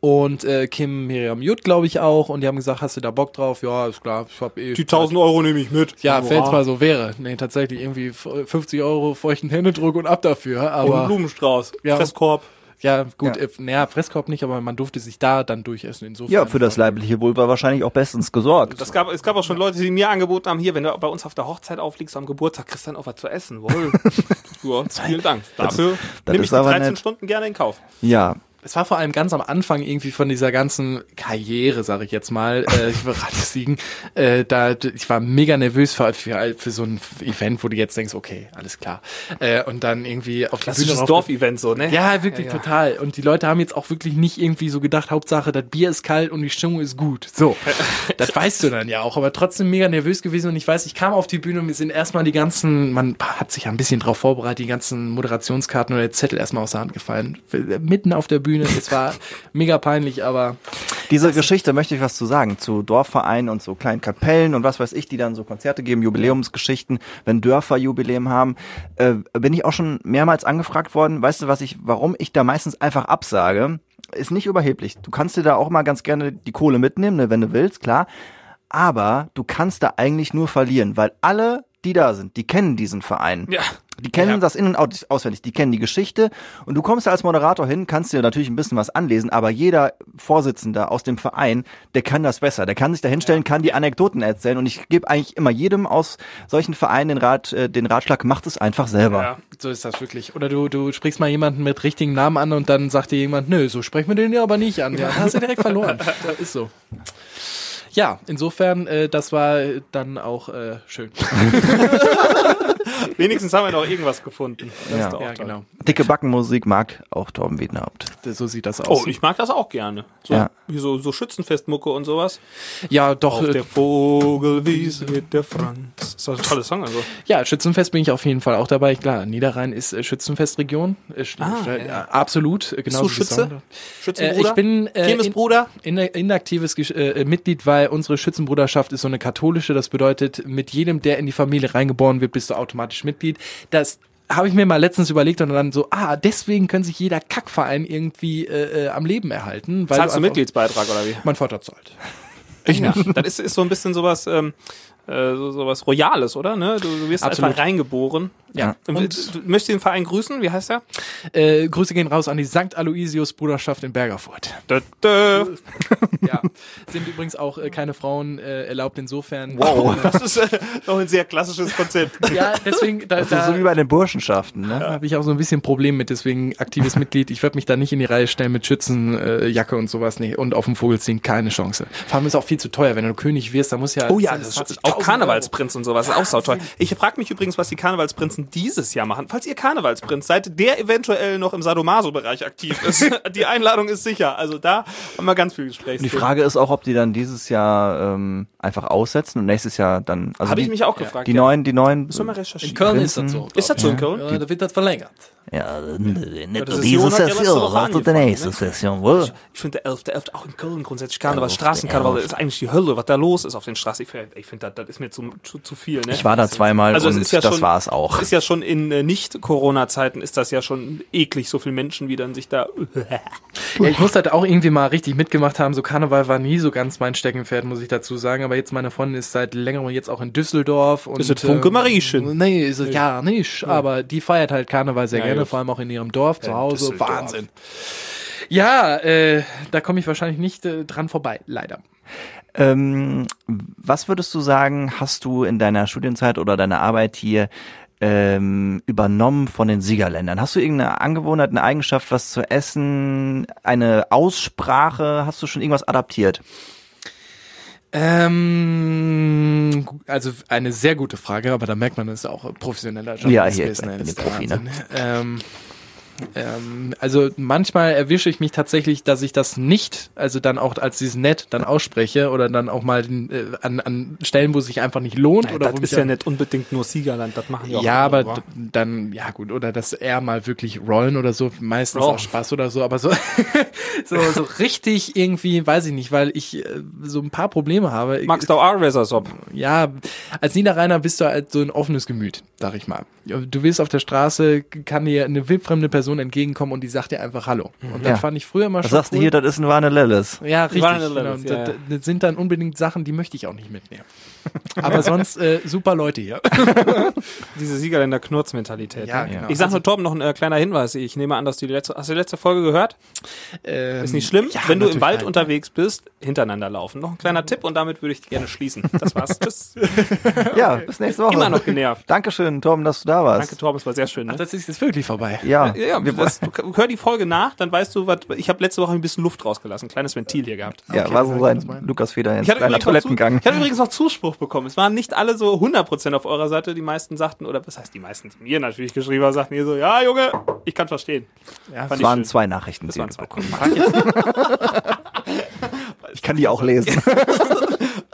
Speaker 4: und äh, Kim Miriam Jud, glaube ich auch. Und die haben gesagt, hast du da Bock drauf? Ja, ist klar. Ich hab eh
Speaker 2: Die 1000 Euro ah. nehme ich mit.
Speaker 4: ja,
Speaker 2: Hurra.
Speaker 4: wenn's mal so wäre. Nee, tatsächlich irgendwie f- 50 Euro feuchten Händedruck und ab dafür.
Speaker 2: Und
Speaker 4: Aber
Speaker 2: einen Blumenstrauß,
Speaker 4: Ja.
Speaker 2: Fresskorb.
Speaker 4: ja, gut,
Speaker 1: Ja.
Speaker 4: äh, naja, Fresskorb nicht, aber man durfte sich da dann durchessen. Insofern.
Speaker 1: Ja, für das leibliche Wohl war wahrscheinlich auch bestens gesorgt.
Speaker 2: Das gab, es gab auch schon Leute, die mir angeboten haben, hier, wenn du bei uns auf der Hochzeit aufliegst am Geburtstag, kriegst du dann auch was zu
Speaker 1: [LAUGHS]
Speaker 2: essen. Wohl. ja, vielen Dank. Dafür
Speaker 1: das
Speaker 2: nehme ich
Speaker 1: ist
Speaker 2: die
Speaker 1: aber
Speaker 2: 13
Speaker 1: nett.
Speaker 2: Stunden gerne in Kauf.
Speaker 1: ja,
Speaker 4: Es war vor allem ganz am Anfang irgendwie von dieser ganzen Karriere, sage ich jetzt mal, äh, ich war Radio Siegen, äh, da ich war mega nervös für, für, für so ein Event, wo du jetzt denkst, okay, alles klar. Äh, und dann irgendwie auf die Bühne
Speaker 2: Klassisches
Speaker 4: rauf-
Speaker 2: Dorfevent so, ne?
Speaker 4: Ja, wirklich total. Und die Leute haben jetzt auch wirklich nicht irgendwie so gedacht, Hauptsache, das Bier ist kalt und die Stimmung ist gut. [LAUGHS] So, das weißt du dann ja auch, aber trotzdem mega nervös gewesen. Und ich weiß, ich kam auf die Bühne und mir sind erstmal die ganzen, man hat sich ja ein bisschen drauf vorbereitet, die ganzen Moderationskarten oder Zettel erstmal aus der Hand gefallen. Mitten auf der Bühne, es [LAUGHS] war mega peinlich, aber
Speaker 1: Diese Geschichte möchte ich was zu sagen, zu Dorfvereinen und so kleinen Kapellen und was weiß ich, die dann so Konzerte geben, Jubiläumsgeschichten, wenn Dörfer Jubiläum haben, äh, bin ich auch schon mehrmals angefragt worden, weißt du, was ich, warum ich da meistens einfach absage, ist nicht überheblich. Du kannst dir da auch mal ganz gerne die Kohle mitnehmen, ne, wenn du willst, klar. Aber du kannst da eigentlich nur verlieren, weil alle, die da sind, die kennen diesen Verein.
Speaker 2: Ja.
Speaker 1: Die kennen das in- und aus- auswendig, die kennen die Geschichte. Und du kommst da als Moderator hin, kannst dir natürlich ein bisschen was anlesen, aber jeder Vorsitzende aus dem Verein, der kann das besser. Der kann sich da hinstellen, kann die Anekdoten erzählen. Und ich gebe eigentlich immer jedem aus solchen Vereinen den, Rat, äh, den Ratschlag, macht es einfach selber.
Speaker 2: Ja.
Speaker 4: so ist das wirklich. Oder du, du sprichst mal jemanden mit richtigen Namen an und dann sagt dir jemand, nö, so sprechen wir den ja aber nicht an. Ja, dann hast du direkt [LAUGHS] verloren. Das ist so. Ja, insofern, äh, das war äh, dann auch äh, schön.
Speaker 2: Wenigstens haben wir doch irgendwas gefunden. Das
Speaker 1: Ja.
Speaker 2: doch auch
Speaker 4: Ja,
Speaker 2: toll.
Speaker 4: genau.
Speaker 1: Dicke Backenmusik mag auch Torben Wiedenhaupt.
Speaker 4: So sieht das
Speaker 2: Oh,
Speaker 4: aus.
Speaker 2: ich mag das auch gerne. So,
Speaker 1: Ja.
Speaker 2: wie so, so Schützenfestmucke und sowas.
Speaker 4: ja, doch.
Speaker 2: Auf
Speaker 4: äh,
Speaker 2: der Vogelwiese mit der Franz. Das ist doch ein toller Song. Also.
Speaker 4: Ja, Schützenfest bin ich auf jeden Fall auch dabei. Klar, Niederrhein ist äh, Schützenfestregion. Äh, Sch-
Speaker 2: Ah,
Speaker 4: äh, Absolut. äh,
Speaker 2: Bist
Speaker 4: Genau
Speaker 2: du
Speaker 4: wie gesagt.
Speaker 2: Schütze?
Speaker 4: Äh, ich bin äh, in-
Speaker 2: Bruder?
Speaker 4: in, inaktives Gesch- äh, äh, Mitglied, weil unsere Schützenbruderschaft ist so eine katholische. Das bedeutet, mit jedem, der in die Familie reingeboren wird, bist du automatisch Mitglied. Das habe ich mir mal letztens überlegt und dann so, ah, deswegen können sich jeder Kackverein irgendwie äh, äh, am Leben erhalten. Weil
Speaker 2: Zahlst du
Speaker 4: einfach-
Speaker 2: Mitgliedsbeitrag oder wie?
Speaker 4: Mein Vater zahlt.
Speaker 2: Ich [LAUGHS] nicht. Das ist, ist so ein bisschen sowas, ähm, äh, so, sowas Royales, oder? Ne? Du, du wirst
Speaker 4: Absolut.
Speaker 2: einfach reingeboren.
Speaker 4: Ja.
Speaker 2: Und,
Speaker 4: Und
Speaker 2: du, du möchtest den Verein grüßen? Wie heißt er?
Speaker 4: äh, Grüße gehen raus an die St. Aloysius Bruderschaft in Bergerfurt.
Speaker 2: Dö, dö.
Speaker 4: Ja, [LAUGHS] sind übrigens auch äh, keine Frauen äh, erlaubt insofern.
Speaker 2: Wow. Das ist äh, noch ein sehr klassisches Konzept.
Speaker 4: Ja, deswegen, da,
Speaker 1: Das ist so wie
Speaker 4: da
Speaker 1: bei den Burschenschaften, ne?
Speaker 4: habe ich auch so ein bisschen ein Problem mit, deswegen aktives Mitglied. Ich werde mich da nicht in die Reihe stellen mit Schützenjacke äh, Jacke und sowas nee, und auf dem Vogel ziehen, keine Chance. Vor allem ist auch viel zu teuer, wenn du König wirst, da muss
Speaker 2: [LAUGHS]
Speaker 4: ja...
Speaker 2: Oh ja,
Speaker 4: sind
Speaker 2: das
Speaker 4: 20.000
Speaker 2: ist auch
Speaker 4: Euro.
Speaker 2: Karnevalsprinz und sowas, ist auch sautoll. Ich frage mich übrigens, was die Karnevalsprinzen dieses Jahr machen. Falls ihr Karnevalsprinz seid, der eventuell noch im Sadomaso-Bereich aktiv [LAUGHS] ist. die Einladung ist sicher. Also da haben wir ganz viel Gespräch.
Speaker 1: Die Frage ist auch, ob die dann dieses Jahr ähm, einfach aussetzen und nächstes Jahr dann. Also
Speaker 2: Habe
Speaker 1: die,
Speaker 2: ich mich auch gefragt.
Speaker 1: die
Speaker 2: ja.
Speaker 1: neuen, die neuen.
Speaker 2: Müssen wir mal
Speaker 4: In
Speaker 2: recherchieren.
Speaker 4: Köln ist das so.
Speaker 2: Ist das so in Köln?
Speaker 4: Ja, da wird das verlängert.
Speaker 5: Ja,
Speaker 2: ne,
Speaker 5: nicht
Speaker 2: das
Speaker 5: nur
Speaker 2: ist Jonas,
Speaker 5: diese
Speaker 2: der letzte
Speaker 5: Session,
Speaker 2: Woche
Speaker 5: sondern die
Speaker 2: angefangen,
Speaker 5: nächste
Speaker 2: ne?
Speaker 5: Session, wohl?
Speaker 2: Ich finde der 11.11. auch in Köln grundsätzlich Karneval, Straßenkarneval ist eigentlich die Hölle, was da los ist auf den Straßen. Ich finde, ich find, das, das ist mir zu, zu, zu viel. Ne?
Speaker 1: Ich war da zweimal
Speaker 2: Also es
Speaker 1: und
Speaker 2: ist ja
Speaker 1: das
Speaker 2: schon-
Speaker 1: war es auch.
Speaker 2: Ist ja schon in äh, Nicht-Corona-Zeiten ist das ja schon eklig, so viele Menschen, wie dann sich da... [LAUGHS]
Speaker 4: Ja, ich muss das auch irgendwie mal richtig mitgemacht haben. So Karneval war nie so ganz mein Steckenpferd, muss ich dazu sagen. Aber jetzt meine Freundin ist seit längerem jetzt auch in Düsseldorf. Und,
Speaker 2: Ist es Funke
Speaker 4: ähm,
Speaker 2: Mariechen?
Speaker 4: Nee, ist es ja nicht. Aber die feiert halt Karneval sehr
Speaker 2: Ja,
Speaker 4: gerne,
Speaker 2: gut.
Speaker 4: vor allem auch in ihrem Dorf zu Hause.
Speaker 2: Düsseldorf.
Speaker 4: Wahnsinn. Ja, äh, da komme ich wahrscheinlich nicht äh, dran vorbei, leider.
Speaker 1: Ähm, was würdest du sagen, hast du in deiner Studienzeit oder deiner Arbeit hier ähm, übernommen von den Siegerländern? Hast du irgendeine Angewohnheit, eine Eigenschaft, was zu essen, eine Aussprache? Hast du schon irgendwas adaptiert?
Speaker 4: Ähm, gu- also eine sehr gute Frage, aber da merkt man, das ist auch professioneller Journalist.
Speaker 1: Ja, hier, ich bin der Profi, ne?
Speaker 4: Ähm, Ähm, also manchmal erwische ich mich tatsächlich, dass ich das nicht, also dann auch als dieses nett dann ausspreche oder dann auch mal äh, an, an Stellen, wo es sich einfach nicht lohnt
Speaker 2: Naja,
Speaker 4: oder wo
Speaker 2: das
Speaker 4: mich
Speaker 2: ist ja
Speaker 4: dann-
Speaker 2: nicht unbedingt nur Siegerland, das machen die auch.
Speaker 4: ja,
Speaker 2: andere,
Speaker 4: aber
Speaker 2: wa?
Speaker 4: d- dann, ja gut, oder dass er mal wirklich rollen oder so, meistens
Speaker 2: Oh.
Speaker 4: auch Spaß oder so, aber so, [LAUGHS] so, so richtig irgendwie, weiß ich nicht, weil ich äh, so ein paar Probleme habe.
Speaker 2: magst du auch Razorsop?
Speaker 4: Ja, als Niederrheiner bist du halt so ein offenes Gemüt, sag ich mal. Du willst auf der Straße, kann dir eine wildfremde Person entgegenkommen und die sagt dir einfach Hallo. Und das
Speaker 1: Mhm. Ja.
Speaker 4: fand ich früher mal
Speaker 1: Was
Speaker 4: schon
Speaker 1: sagst du
Speaker 4: cool.
Speaker 1: hier, das ist ein Warne
Speaker 2: [LAUGHS]
Speaker 1: Lelles.
Speaker 4: Ja, richtig.
Speaker 2: Waren
Speaker 4: Genau.
Speaker 2: Levels,
Speaker 4: Und
Speaker 2: ja,
Speaker 4: das,
Speaker 2: ja.
Speaker 4: das sind dann unbedingt Sachen, die möchte ich auch
Speaker 1: [LAUGHS]
Speaker 4: nicht mitnehmen. Aber sonst äh, super Leute hier.
Speaker 2: Diese Siegerländer Knurz-Mentalität.
Speaker 4: Ja,
Speaker 2: ne?
Speaker 4: genau.
Speaker 2: Ich sag nur, Torben, noch ein äh, kleiner Hinweis. Ich nehme an, dass du die letzte, hast du die letzte Folge gehört?
Speaker 4: Ähm,
Speaker 2: Ist nicht
Speaker 1: Hm.
Speaker 2: schlimm. Wenn du im
Speaker 4: natürlich
Speaker 2: Wald
Speaker 4: nein.
Speaker 2: unterwegs bist, hintereinander laufen. Noch ein kleiner Tipp und damit würde ich gerne schließen.
Speaker 1: [LAUGHS]
Speaker 2: Das war's. Tschüss.
Speaker 1: Ja, bis nächste Woche.
Speaker 2: Immer noch genervt.
Speaker 1: Dankeschön, Tom, dass du da warst.
Speaker 2: Danke, Torben, es war sehr schön. Ne?
Speaker 4: Das ist jetzt wirklich vorbei.
Speaker 1: Ja,
Speaker 2: Ja, ja
Speaker 1: wir,
Speaker 2: das, du, hör die Folge nach, dann weißt du, was. Ich habe letzte Woche ein bisschen Luft rausgelassen, ein kleines Ventil hier gehabt.
Speaker 1: ja war so
Speaker 4: das
Speaker 1: sein
Speaker 4: meinen.
Speaker 1: Lukas Federhens
Speaker 2: Ich hatte,
Speaker 1: kleiner
Speaker 2: übrigens noch zu,
Speaker 1: Toilettengang.
Speaker 2: ich hatte übrigens noch Zuspruch bekommen. Es waren nicht alle so 100% auf eurer Seite. Die meisten sagten, oder was heißt die meisten, die mir natürlich geschrieben haben, sagten hier so, ja Junge, ich kann verstehen.
Speaker 4: Ja,
Speaker 2: Fand
Speaker 1: Es
Speaker 2: ich
Speaker 1: waren
Speaker 2: schön.
Speaker 1: zwei Nachrichten,
Speaker 2: Das
Speaker 1: die
Speaker 2: waren
Speaker 1: ich
Speaker 2: zwei.
Speaker 1: bekommen habe. [LAUGHS] Ich kann die auch lesen.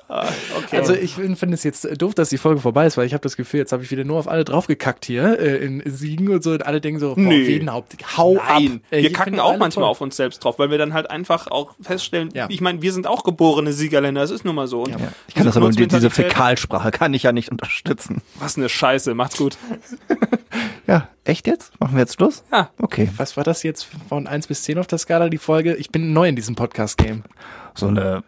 Speaker 2: Okay.
Speaker 4: Also ich fin- finde es jetzt äh, doof, dass die Folge vorbei ist, weil ich habe das Gefühl, jetzt habe ich wieder nur auf alle draufgekackt hier äh, in Siegen und so und alle denken so, boah,
Speaker 2: Nee.
Speaker 4: jeden Haupt, hau
Speaker 2: Nein,
Speaker 4: ab. Äh,
Speaker 2: wir
Speaker 4: ich
Speaker 2: kacken
Speaker 4: finde
Speaker 2: auch
Speaker 4: alle
Speaker 2: manchmal
Speaker 4: toll.
Speaker 2: auf uns selbst drauf, weil wir dann halt einfach auch feststellen,
Speaker 4: Ja.
Speaker 2: ich meine, wir sind auch geborene Siegerländer, es ist nun mal so. Und
Speaker 1: Ich kann das aber
Speaker 2: Knurz-
Speaker 1: mit diese
Speaker 2: Mentalität,
Speaker 1: Fäkalsprache kann ich ja nicht unterstützen.
Speaker 2: Was eine Scheiße, macht's gut.
Speaker 1: Ja, echt jetzt? Machen wir jetzt Schluss?
Speaker 2: Ja.
Speaker 1: Okay.
Speaker 4: Was war das jetzt von 1 bis 10 auf der Skala, die Folge? Ich bin neu in diesem Podcast-Game.
Speaker 1: So eine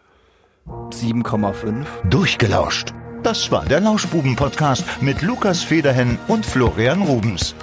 Speaker 1: 7,5.
Speaker 3: Durchgelauscht. Das war der Lauschbuben-Podcast mit Lukas Federhen und Florian Rubens.